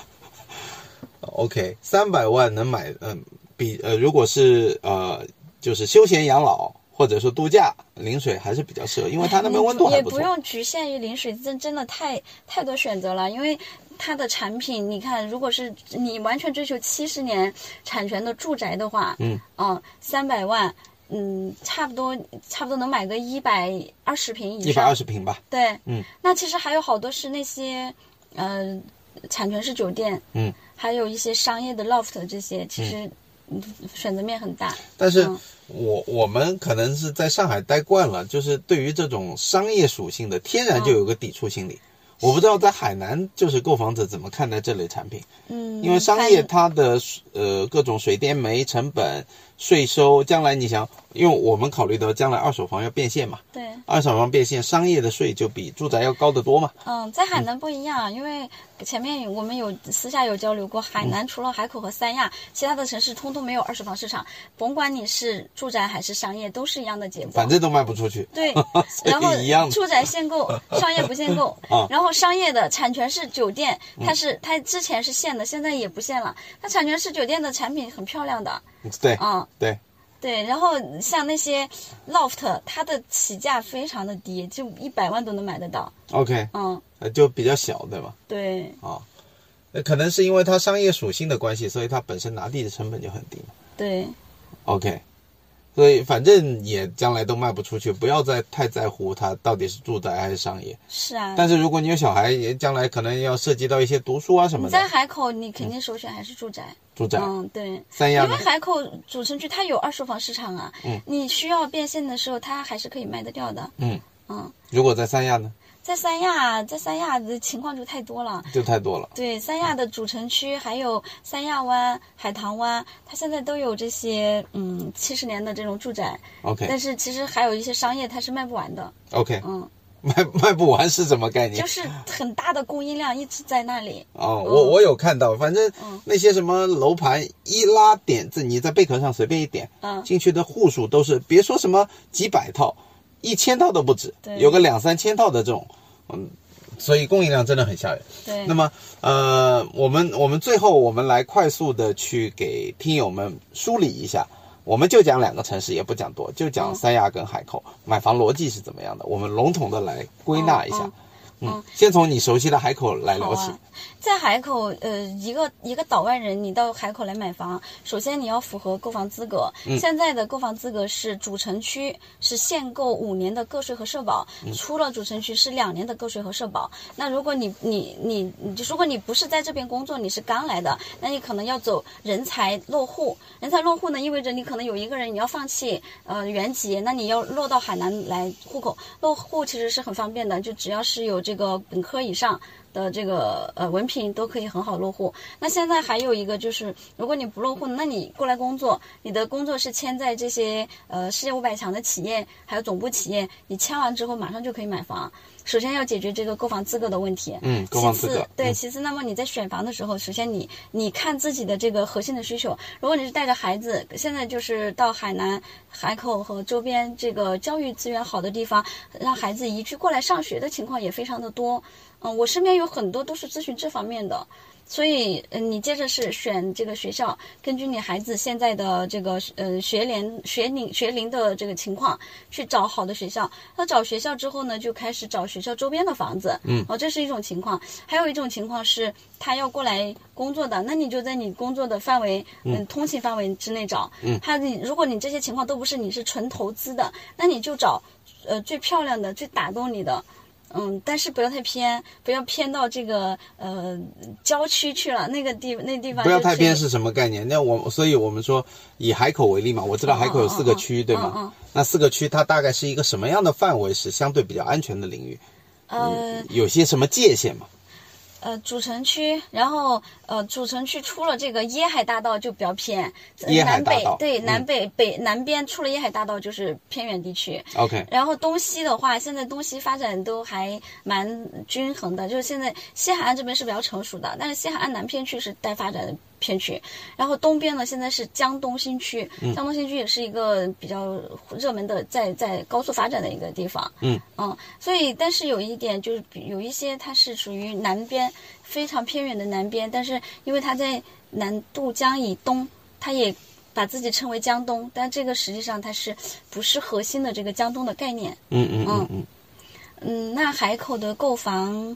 Speaker 2: OK，三百万能买，嗯、比呃，如果是呃，就是休闲养老或者说度假，陵水还是比较适合，因为它那边温度还
Speaker 1: 也
Speaker 2: 不
Speaker 1: 不
Speaker 2: 错。
Speaker 1: 用局限于陵水，真真的太太多选择了，因为。它的产品，你看，如果是你完全追求七十年产权的住宅的话，
Speaker 2: 嗯，
Speaker 1: 嗯，三百万，嗯，差不多，差不多能买个一百二十平以
Speaker 2: 一百二
Speaker 1: 上。
Speaker 2: 十平吧，
Speaker 1: 对，
Speaker 2: 嗯，
Speaker 1: 那其实还有好多是那些，呃，产权是酒店，
Speaker 2: 嗯，
Speaker 1: 还有一些商业的 loft 这些，其实嗯选择面很大。
Speaker 2: 但是
Speaker 1: 嗯
Speaker 2: 我我们可能是在上海待惯了，就是对于这种商业属性的，天然就有个抵触心
Speaker 1: 嗯
Speaker 2: 理。我不知道在海南就是购房者怎么看待这类产品，
Speaker 1: 嗯，
Speaker 2: 因为商
Speaker 1: 反
Speaker 2: 业它的呃各种水电煤成本、税收，将来你想，因为我们考虑到将来二手房要变现嘛，
Speaker 1: 对，
Speaker 2: 二手房变现，商业的税就比住宅要高得多嘛。
Speaker 1: 嗯，在海南不一样，因为前面我们有私下有交流过，海
Speaker 2: 嗯
Speaker 1: 南除了海口和三亚，其他的城市通通没有二手房市场，甭管你是住宅还是商业，都是一样的结果。
Speaker 2: 反正都卖不出去，，
Speaker 1: 对 然后
Speaker 2: 一样的
Speaker 1: 住宅限 购，商业不限购
Speaker 2: 啊。嗯
Speaker 1: 然后商业的产权是酒店，它是它之前是限的，现在也不限了。它产权是酒店的产品很漂亮的，
Speaker 2: 对
Speaker 1: 嗯，
Speaker 2: 对，
Speaker 1: 对。然后像那些 loft，它的起价非常的低，就一百万都能买得到。
Speaker 2: ，OK，
Speaker 1: 嗯，
Speaker 2: 呃就比较小，对吧？
Speaker 1: 对。
Speaker 2: 啊，呃可能是因为它商业属性的关系，所以它本身拿地的成本就很低嘛。
Speaker 1: 对
Speaker 2: OK，所以反正也将来都卖不出去，不要再太在乎它到底是住宅还是商业。
Speaker 1: 是啊，
Speaker 2: 但是如果你有小孩，也将来可能要涉及到一些读书啊什么
Speaker 1: 你
Speaker 2: 的啊
Speaker 1: 在海口，你肯定首选还是住宅。
Speaker 2: 住宅。
Speaker 1: 嗯，对，
Speaker 2: 三亚
Speaker 1: 因
Speaker 2: 呢
Speaker 1: 为海口主城区它有二手房市场啊。
Speaker 2: 嗯
Speaker 1: 你需要变现的时候，它还是可以卖得掉的。
Speaker 2: 嗯，
Speaker 1: 嗯，
Speaker 2: 如果在三亚呢，
Speaker 1: 在三亚，在三亚的情况就太多了。
Speaker 2: 就太多了。
Speaker 1: 对，三亚的主城区还有三亚湾、海棠湾，它现在都有这些嗯七十年的这种住宅，但
Speaker 2: OK
Speaker 1: 是其实还有一些商业它是卖不完的，
Speaker 2: OK，
Speaker 1: 嗯，
Speaker 2: 卖卖不完是什么概念
Speaker 1: 就？是嗯很大的供应量一直在那里。
Speaker 2: 哦，我我有看到，反正
Speaker 1: 嗯
Speaker 2: 那些什么楼盘一拉点字，你在贝壳上随便一点，
Speaker 1: 嗯
Speaker 2: 进去的户数都是，别说什么几百套，一千套都不止
Speaker 1: 对，
Speaker 2: 有个两三千套的这种，嗯，所以供应量真的很吓人。
Speaker 1: 对，
Speaker 2: 那么，呃，我们我们最后我们来快速的去给听友们梳理一下，我们就讲两个城市，也不讲多，就讲三亚跟海口、买房逻辑是怎么样的，我们笼统的来归纳一下。
Speaker 1: 嗯嗯嗯，
Speaker 2: 先从你熟悉的海口来
Speaker 1: 好
Speaker 2: 聊起
Speaker 1: 啊。，在海口，呃，一个一个岛外人，你到海口来买房，首先你要符合购房资格。
Speaker 2: 嗯
Speaker 1: 现在的购房资格是主城区是限购五年的个税和社保，
Speaker 2: 嗯
Speaker 1: 出了主城区是两年的个税和社保。那如果你你你你，就如果你不是在这边工作，你是刚来的，那你可能要走人才落户。人才落户呢，意味着你可能有一个人你要放弃呃原籍，那你要落到海南来户口落户，其实是很方便的，就只要是有这个本科以上。的这个呃文凭都可以很好落户。那现在还有一个就是，如果你不落户，那你过来工作，你的工作是签在这些呃世界五百强的企业，还有总部企业，你签完之后马上就可以买房。首先要解决这个购房资格的问题，
Speaker 2: 嗯，购房
Speaker 1: 其
Speaker 2: 资
Speaker 1: 次，
Speaker 2: 格，
Speaker 1: 对，
Speaker 2: 嗯
Speaker 1: 其次，那么你在选房的时候，首先你你看自己的这个核心的需求。如果你是带着孩子，现在就是到海南、海口和周边这个教育资源好的地方，让孩子移居过来上学的情况也非常的多。嗯，我身边有很多都是咨询这方面的。所以，嗯，你接着是选这个学校，根据你孩子现在的这个呃学龄学龄学龄的这个情况，去找好的学校。那找学校之后呢，就开始找学校周边的房子。
Speaker 2: 嗯
Speaker 1: 哦，这是一种情况。还有一种情况是他要过来工作的，那你就在你工作的范围，嗯，通勤范围之内找。
Speaker 2: 嗯
Speaker 1: 还有你，如果你这些情况都不是，你是纯投资的，那你就找呃最漂亮的、最打动你的。嗯，但是不要太偏，不要偏到这个呃郊区去了，那个地那地方
Speaker 2: 不要
Speaker 1: 就
Speaker 2: 太
Speaker 1: 只
Speaker 2: 偏是什么概念？那我所以我们说以海口为例嘛，我知道海口有四个区，
Speaker 1: 嗯嗯
Speaker 2: 对
Speaker 1: 嗯
Speaker 2: 吗
Speaker 1: 嗯？
Speaker 2: 那四个区它大概是一个什么样的范围是相对比较安全的领域？
Speaker 1: 呃
Speaker 2: 有些什么界限嘛？
Speaker 1: 呃主城区，然后呃主城区出了这个椰海大道就比较偏，呃
Speaker 2: 椰海
Speaker 1: 南
Speaker 2: 大
Speaker 1: 北
Speaker 2: 道
Speaker 1: 对
Speaker 2: 嗯
Speaker 1: 南北、北南边出了椰海大道就是偏远地区，
Speaker 2: OK，
Speaker 1: 然后东西的话，现在东西发展都还蛮均衡的，就是现在西海岸这边是比较成熟的，但是西海岸南片区是待发展的片区。然后东边呢，现在是江东新区，
Speaker 2: 嗯
Speaker 1: 江东新区也是一个比较热门的，在在高速发展的一个地方。
Speaker 2: 嗯
Speaker 1: 所以但是有一点就是比有一些它是属于南边非常偏远的南边，但是因为它在南渡江以东，它也。把自己称为江东，但这个实际上它是不是核心的这个江东的概念？
Speaker 2: 嗯嗯嗯
Speaker 1: 哦
Speaker 2: 嗯，
Speaker 1: 嗯，那海口的购房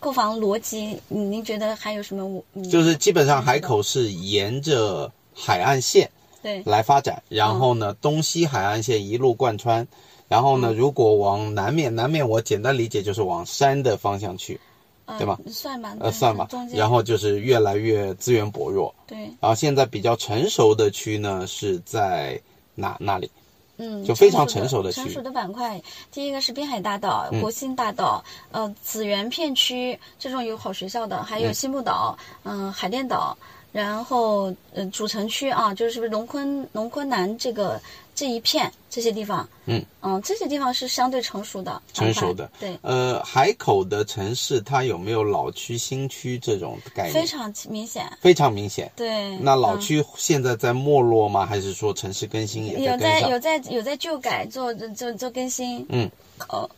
Speaker 1: 购房逻辑，嗯您觉得还有什么我？嗯，
Speaker 2: 就是基本上海口是沿着海岸线
Speaker 1: 对，
Speaker 2: 来发展，然后
Speaker 1: 嗯
Speaker 2: 呢，东西海岸线一路贯穿，然后呢，如果往南面，南面我简单理解就是往山的方向去，
Speaker 1: 呃
Speaker 2: 对吧？
Speaker 1: 算吧，
Speaker 2: 呃，算吧
Speaker 1: 嗯中。间
Speaker 2: 然后就是越来越资源薄弱，
Speaker 1: 对，
Speaker 2: 然后现在比较成熟的区呢是在哪哪里？
Speaker 1: 嗯，
Speaker 2: 就非常成熟嗯
Speaker 1: 熟
Speaker 2: 的区
Speaker 1: 成熟的板块，第一个是滨海大道、国信大道，呃，紫园片区这种有好学校的，还有西部岛，嗯、海淀岛，然后呃主城区啊，就是不是龙昆龙昆南这个这一片这些地方，
Speaker 2: 嗯
Speaker 1: 这些地方是相对成熟的，
Speaker 2: 成熟的，
Speaker 1: 对。
Speaker 2: 呃，海口的城市它有没有老区、新区这种概念？
Speaker 1: 非常明显，
Speaker 2: 非常明显。
Speaker 1: 对，
Speaker 2: 哎那老
Speaker 1: 嗯
Speaker 2: 区现在在没落吗？还是说城市更新也
Speaker 1: 有
Speaker 2: 跟
Speaker 1: 在有
Speaker 2: 上？
Speaker 1: 在有在旧改做做做更新，
Speaker 2: 嗯，
Speaker 1: 呃，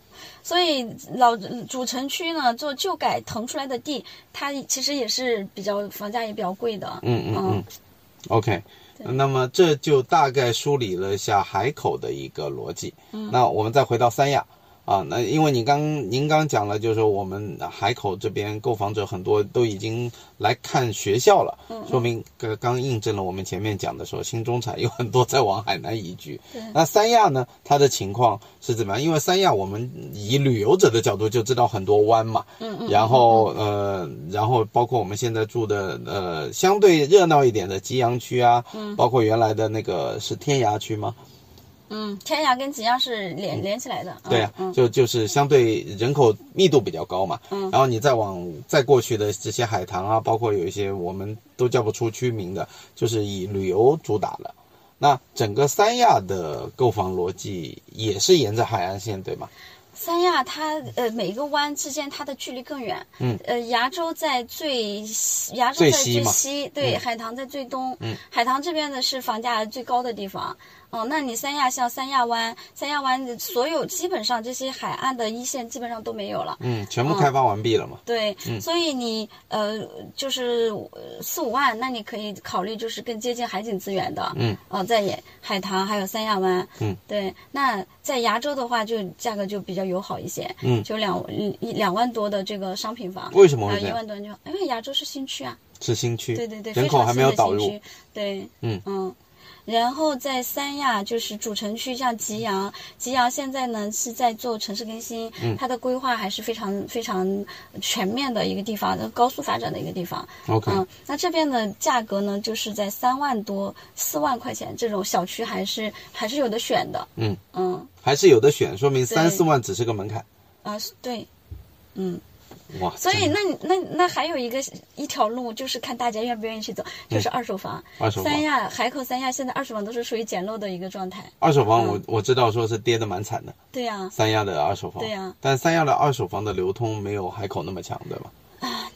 Speaker 1: 所以老主城区呢做旧改腾出来的地，它其实也是比较房价也比较贵的，
Speaker 2: 嗯嗯嗯
Speaker 1: 嗯。
Speaker 2: OK，那么这就大概梳理了一下海口的一个逻辑。嗯，那我们再回到三亚啊，那因为你刚您刚讲了，就是说我们海口这边购房者很多都已经来看学校了，说明刚刚印证了我们前面讲的说新中产有很多在往海南移居。那三亚呢，它的情况是怎么样？因为三亚我们以旅游者的角度就知道很多湾嘛，
Speaker 1: 嗯嗯，
Speaker 2: 然后呃，然后包括我们现在住的呃相对热闹一点的吉阳区啊，包括原来的那个是天涯区吗？
Speaker 1: 嗯，天涯跟吉阳是连连起来的，
Speaker 2: 嗯
Speaker 1: 嗯
Speaker 2: 对啊
Speaker 1: 呀
Speaker 2: 呀、，就就是相对人口密度比较高嘛。
Speaker 1: 嗯
Speaker 2: 然后你再往再过去的这些海棠啊，包括有一些我们都叫不出区名的，就是以旅游主打的。那整个三亚的购房逻辑也是沿着海岸线，对吗？
Speaker 1: 三亚它呃每一个湾之间它的距离更远，
Speaker 2: 嗯，
Speaker 1: 呃牙洲在最西，牙洲
Speaker 2: 最
Speaker 1: 在
Speaker 2: 西
Speaker 1: 最
Speaker 2: 嘛嗯
Speaker 1: 西，对，海棠在最东，海棠这边呢是房价最高的地方，哦，那你三亚像三亚湾，三亚湾所有基本上这些海岸的一线基本上都没有了。
Speaker 2: 嗯，全部开发完毕了嘛？
Speaker 1: 对，所以你呃就是呃四五万，那你可以考虑就是更接近海景资源的，
Speaker 2: 嗯，
Speaker 1: 哦，在也海棠还有三亚湾，
Speaker 2: 嗯，
Speaker 1: 对，那在崖州的话就价格就比较友好一些，
Speaker 2: 嗯
Speaker 1: 就两一一两万多的这个商品房，
Speaker 2: 为什么
Speaker 1: 还
Speaker 2: 会
Speaker 1: 有一
Speaker 2: 这样？
Speaker 1: 万多就呃因为崖州是新区啊，
Speaker 2: 是新区，
Speaker 1: 对对对，
Speaker 2: 人
Speaker 1: 非
Speaker 2: 口
Speaker 1: 常
Speaker 2: 还
Speaker 1: 新
Speaker 2: 没
Speaker 1: 的新
Speaker 2: 有导入
Speaker 1: 区，对，
Speaker 2: 嗯
Speaker 1: 嗯。然后在三亚，就是主城区，像吉阳，吉阳现在呢是在做城市更新，它的规划还是非常非常呃全面的一个地方，高速发展的一个地方。
Speaker 2: ，OK，
Speaker 1: 嗯，那这边的价格呢，就是在三万多、四万块钱这种小区还是还是有的选的。
Speaker 2: 嗯
Speaker 1: 嗯
Speaker 2: 还是有的选，说明三四万只是个门槛。
Speaker 1: 啊，是对，嗯。
Speaker 2: 哇，
Speaker 1: 所以
Speaker 2: 真的
Speaker 1: 那你那那还有一个一条路，就是看大家愿不愿意去走，就是二手房。
Speaker 2: 二手房
Speaker 1: 三亚、海口、三亚现在二手房都是属于简陋的一个状态。
Speaker 2: 二手房我，我、
Speaker 1: 嗯
Speaker 2: 知道说是跌的蛮惨的，
Speaker 1: 对呀、啊，
Speaker 2: 三亚的二手房。
Speaker 1: 对啊呀
Speaker 2: 但三亚的二手房的流通没有海口那么强，对吧？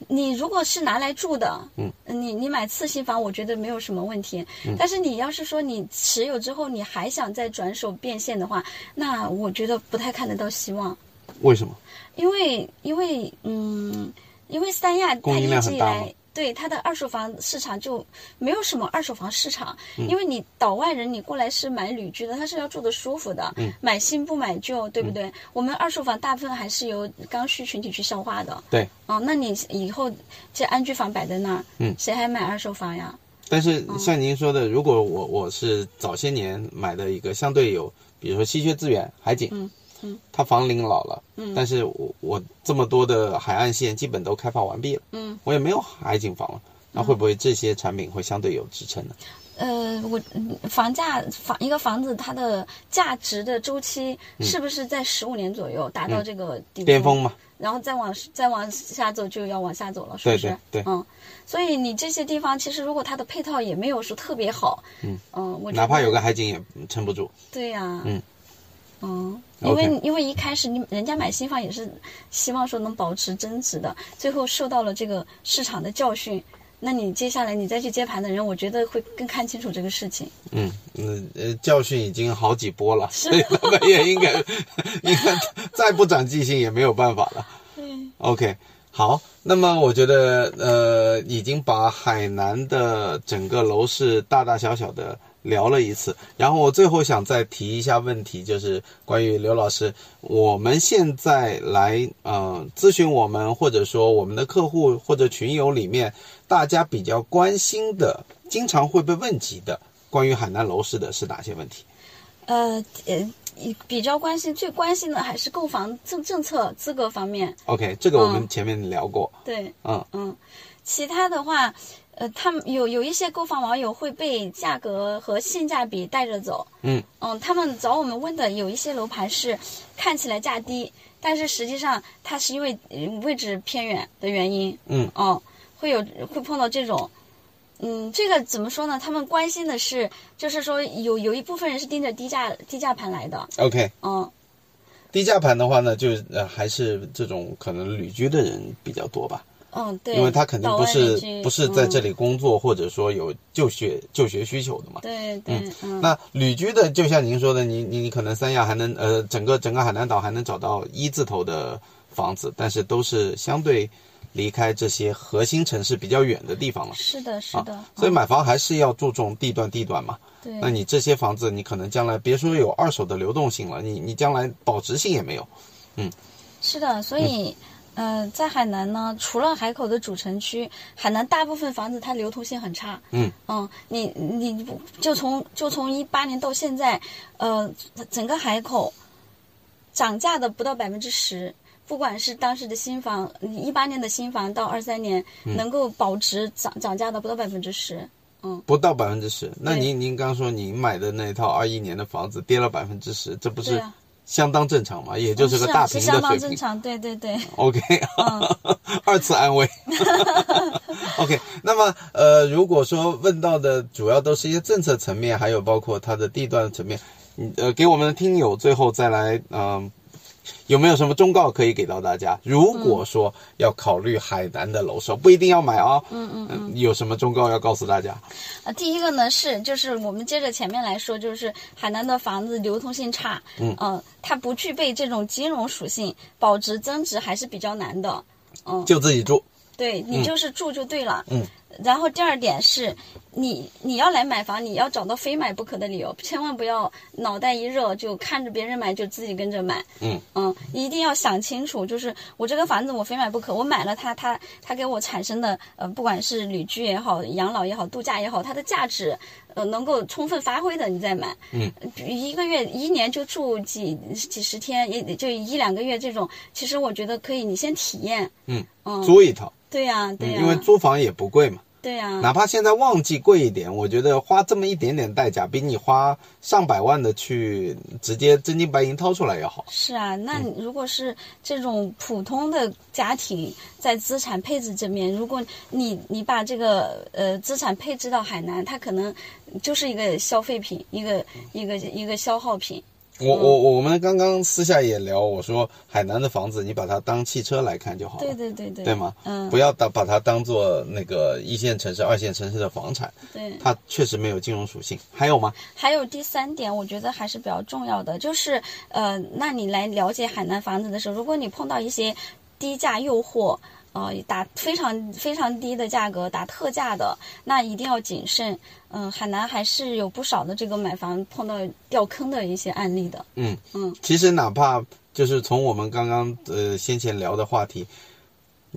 Speaker 1: 你如果是拿来住的，
Speaker 2: 嗯，
Speaker 1: 你你买次新房，我觉得没有什么问题。但是你要是说你持有之后，你还想再转手变现的话，那我觉得不太看得到希望，
Speaker 2: 为什么？
Speaker 1: 因为因为嗯，因为三亚它
Speaker 2: 供应
Speaker 1: 一
Speaker 2: 量
Speaker 1: 直
Speaker 2: 很
Speaker 1: 以
Speaker 2: 大
Speaker 1: 来
Speaker 2: 吗。
Speaker 1: 对它的二手房市场就没有什么二手房市场，
Speaker 2: 嗯
Speaker 1: 因为你岛外人你过来是买旅居的，他是要住的舒服的，
Speaker 2: 嗯
Speaker 1: 买新不买旧，对不对？我们二手房大部分还是由刚需群体去消化的。
Speaker 2: 对，
Speaker 1: 哦，那你以后这安居房摆在那儿，
Speaker 2: 嗯
Speaker 1: 谁还买二手房呀？
Speaker 2: 但是
Speaker 1: 嗯
Speaker 2: 像您说的，如果我我是早些年买的一个相对有，比如说稀缺资源海景，
Speaker 1: 嗯嗯
Speaker 2: 它房龄老了，
Speaker 1: 嗯
Speaker 2: 但是我我这么多的海岸线基本都开发完毕了，
Speaker 1: 嗯，
Speaker 2: 我也没有海景房了，那会不会这些产品会相对有支撑呢？
Speaker 1: 呃，我嗯房价房一个房子它的价值的周期是不是在十五年左右达到这个顶
Speaker 2: 嗯巅峰嘛，
Speaker 1: 然后再往再往下走就要往下走了，是
Speaker 2: 对
Speaker 1: 不是？
Speaker 2: 对对
Speaker 1: 嗯，所以你这些地方其实如果它的配套也没有说特别好，
Speaker 2: 嗯
Speaker 1: 我觉得
Speaker 2: 哪怕有个海景也撑不住。
Speaker 1: 对呀、
Speaker 2: 嗯
Speaker 1: 嗯因为
Speaker 2: OK
Speaker 1: 因为一开始你人家买新房也是希望说能保持增值的，最后受到了这个市场的教训，那你接下来你再去接盘的人，我觉得会更看清楚这个事情。
Speaker 2: 嗯，嗯呃，教训已经好几波了，所以他们也应该，应该再不长记性也没有办法了。
Speaker 1: 对，
Speaker 2: OK，好，那么我觉得呃，已经把海南的整个楼市大大小小的聊了一次，然后我最后想再提一下问题，就是关于刘老师，我们现在来呃咨询我们，或者说我们的客户或者群友里面，大家比较关心的，经常会被问及的。关于海南楼市的是哪些问题？
Speaker 1: 呃呃，比较关心最关心的还是购房政政策资格方面，
Speaker 2: ？OK，这个我们
Speaker 1: 嗯
Speaker 2: 前面聊过，
Speaker 1: 对。
Speaker 2: 嗯
Speaker 1: 嗯，其他的话，呃，他们有有一些购房网友会被价格和性价比带着走。
Speaker 2: 嗯
Speaker 1: 嗯，他们找我们问的有一些楼盘是看起来价低，但是实际上它是因为呃位置偏远的原因，
Speaker 2: 嗯
Speaker 1: 哦，会有会碰到这种。嗯，这个怎么说呢？他们关心的是，就是说有有一部分人是盯着低价低价盘来的，
Speaker 2: ，OK，
Speaker 1: 嗯，
Speaker 2: 低价盘的话呢，就呃还是这种可能旅居的人比较多吧，
Speaker 1: 嗯，对，
Speaker 2: 因为他肯定不
Speaker 1: 岛外
Speaker 2: 是
Speaker 1: 地区
Speaker 2: 不是在这、
Speaker 1: 嗯
Speaker 2: 里工作，或者说有就学就学需求的嘛。
Speaker 1: 对对，嗯，
Speaker 2: 那旅居的，就像您说的，你你你可能三亚还能呃整个整个海南岛还能找到一字头的房子，但是都是相对离开这些核心城市比较远的地方了。
Speaker 1: 是的，是的，
Speaker 2: 所以
Speaker 1: 嗯
Speaker 2: 买房还是要注重地段地段嘛。
Speaker 1: 对，
Speaker 2: 那你这些房子，你可能将来别说有二手的流动性了，你你将来保值性也没有。
Speaker 1: 是的，所
Speaker 2: 嗯
Speaker 1: 以，呃，在海南呢，除了海口的主城区，海南大部分房子它流通性很差。
Speaker 2: 嗯
Speaker 1: 嗯，你你不就从就从一八年到现在，呃，整个海口涨价的不到百分之十。不管是当时的新房，一八年的新房到二三年
Speaker 2: 嗯
Speaker 1: 能够保值涨涨价的不到百分之十，
Speaker 2: 不到百分之十。那
Speaker 1: 对
Speaker 2: 您您刚说您买的那套二一年的房子跌了百分之十，这不
Speaker 1: 对
Speaker 2: 是
Speaker 1: 啊，
Speaker 2: 相当正常吗？也就是个
Speaker 1: 是
Speaker 2: 大
Speaker 1: 啊，是
Speaker 2: 平
Speaker 1: 相
Speaker 2: 的
Speaker 1: 当
Speaker 2: 水
Speaker 1: 正
Speaker 2: 平。
Speaker 1: 常，对对对，
Speaker 2: OK，二 次安慰。OK，那么呃，如果说问到的主要都是一些政策层面，还有包括它的地段层面，嗯呃，给我们的听友最后再来嗯、有没有什么忠告可以给到大家？如果说要考虑海南的楼市，不一定要买啊、嗯嗯有什么忠告要告诉大家？
Speaker 1: 呃，第一个呢是，就是我们接着前面来说，就是海南的房子流通性差，嗯、它不具备这种金融属性，保值增值还是比较难的。
Speaker 2: 就自己住，
Speaker 1: 对你就是住就对了。呃
Speaker 2: 嗯。
Speaker 1: 然后第二点是，你你要来买房，你要找到非买不可的理由，千万不要脑袋一热就看着别人买就自己跟着买。
Speaker 2: 嗯
Speaker 1: 嗯，一定要想清楚，就是我这个房子我非买不可，我买了它，它它给我产生的呃，不管是旅居也好、养老也好、度假也好，它的价值呃能够充分发挥的，你再买。
Speaker 2: 嗯，
Speaker 1: 一个月一年就住几几十天，也就一两个月这种，其实我觉得可以，你先体验。
Speaker 2: 嗯，
Speaker 1: 嗯，
Speaker 2: 租一套，嗯
Speaker 1: 对呀、对呀、
Speaker 2: 因为租房也不贵嘛。
Speaker 1: 对呀、
Speaker 2: 哪怕现在旺季贵一点，我觉得花这么一点点代价，比你花上百万的去直接真金白银掏出来要好。
Speaker 1: 是啊，那
Speaker 2: 嗯
Speaker 1: 你如果是这种普通的家庭，在资产配置这面，如果你你把这个呃资产配置到海南，它可能就是一个消费品，一
Speaker 2: 嗯
Speaker 1: 个一个一个消耗品。
Speaker 2: 我我我们刚刚私下也聊，我说海南的房子，你把它当汽车来看就好了，
Speaker 1: 对对对对，
Speaker 2: 对吗？
Speaker 1: 嗯
Speaker 2: 不要当把它当做那个一线城市、二线城市的房产，
Speaker 1: 对。
Speaker 2: 它确实没有金融属性。还有吗？
Speaker 1: 还有第三点，我觉得还是比较重要的，就是呃，那你来了解海南房子的时候，如果你碰到一些低价诱惑。呃，打非常非常低的价格打特价的，那一定要谨慎。嗯，海南还是有不少的这个买房碰到掉坑的一些案例的。
Speaker 2: 嗯
Speaker 1: 嗯，
Speaker 2: 其实哪怕就是从我们刚刚呃先前聊的话题，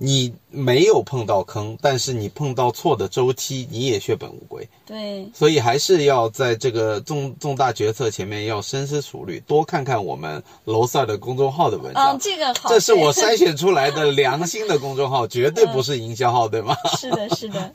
Speaker 2: 你没有碰到坑，但是你碰到错的周期，你也血本无归。
Speaker 1: 对，
Speaker 2: 所以还是要在这个重重大决策前面要深思熟虑，多看看我们楼赛的公众号的文章。
Speaker 1: 嗯，这个好，
Speaker 2: 这是我
Speaker 1: 对
Speaker 2: 筛选出来的良心的公众号，绝对不是营销号，对吗？
Speaker 1: 是的，是的，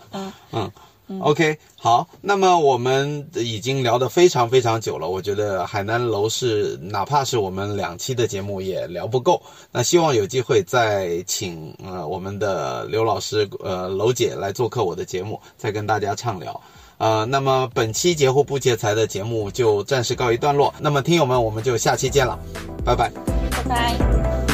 Speaker 1: 嗯，
Speaker 2: OK，好，那么我们已经聊得非常非常久了，我觉得海南楼市哪怕是我们两期的节目也聊不够，那希望有机会再请呃我们的刘老师呃楼姐来做客我的节目，再跟大家畅聊。呃，那么本期节后不劫财的节目就暂时告一段落，那么听友们我们就下期见了，拜拜。
Speaker 1: 拜拜。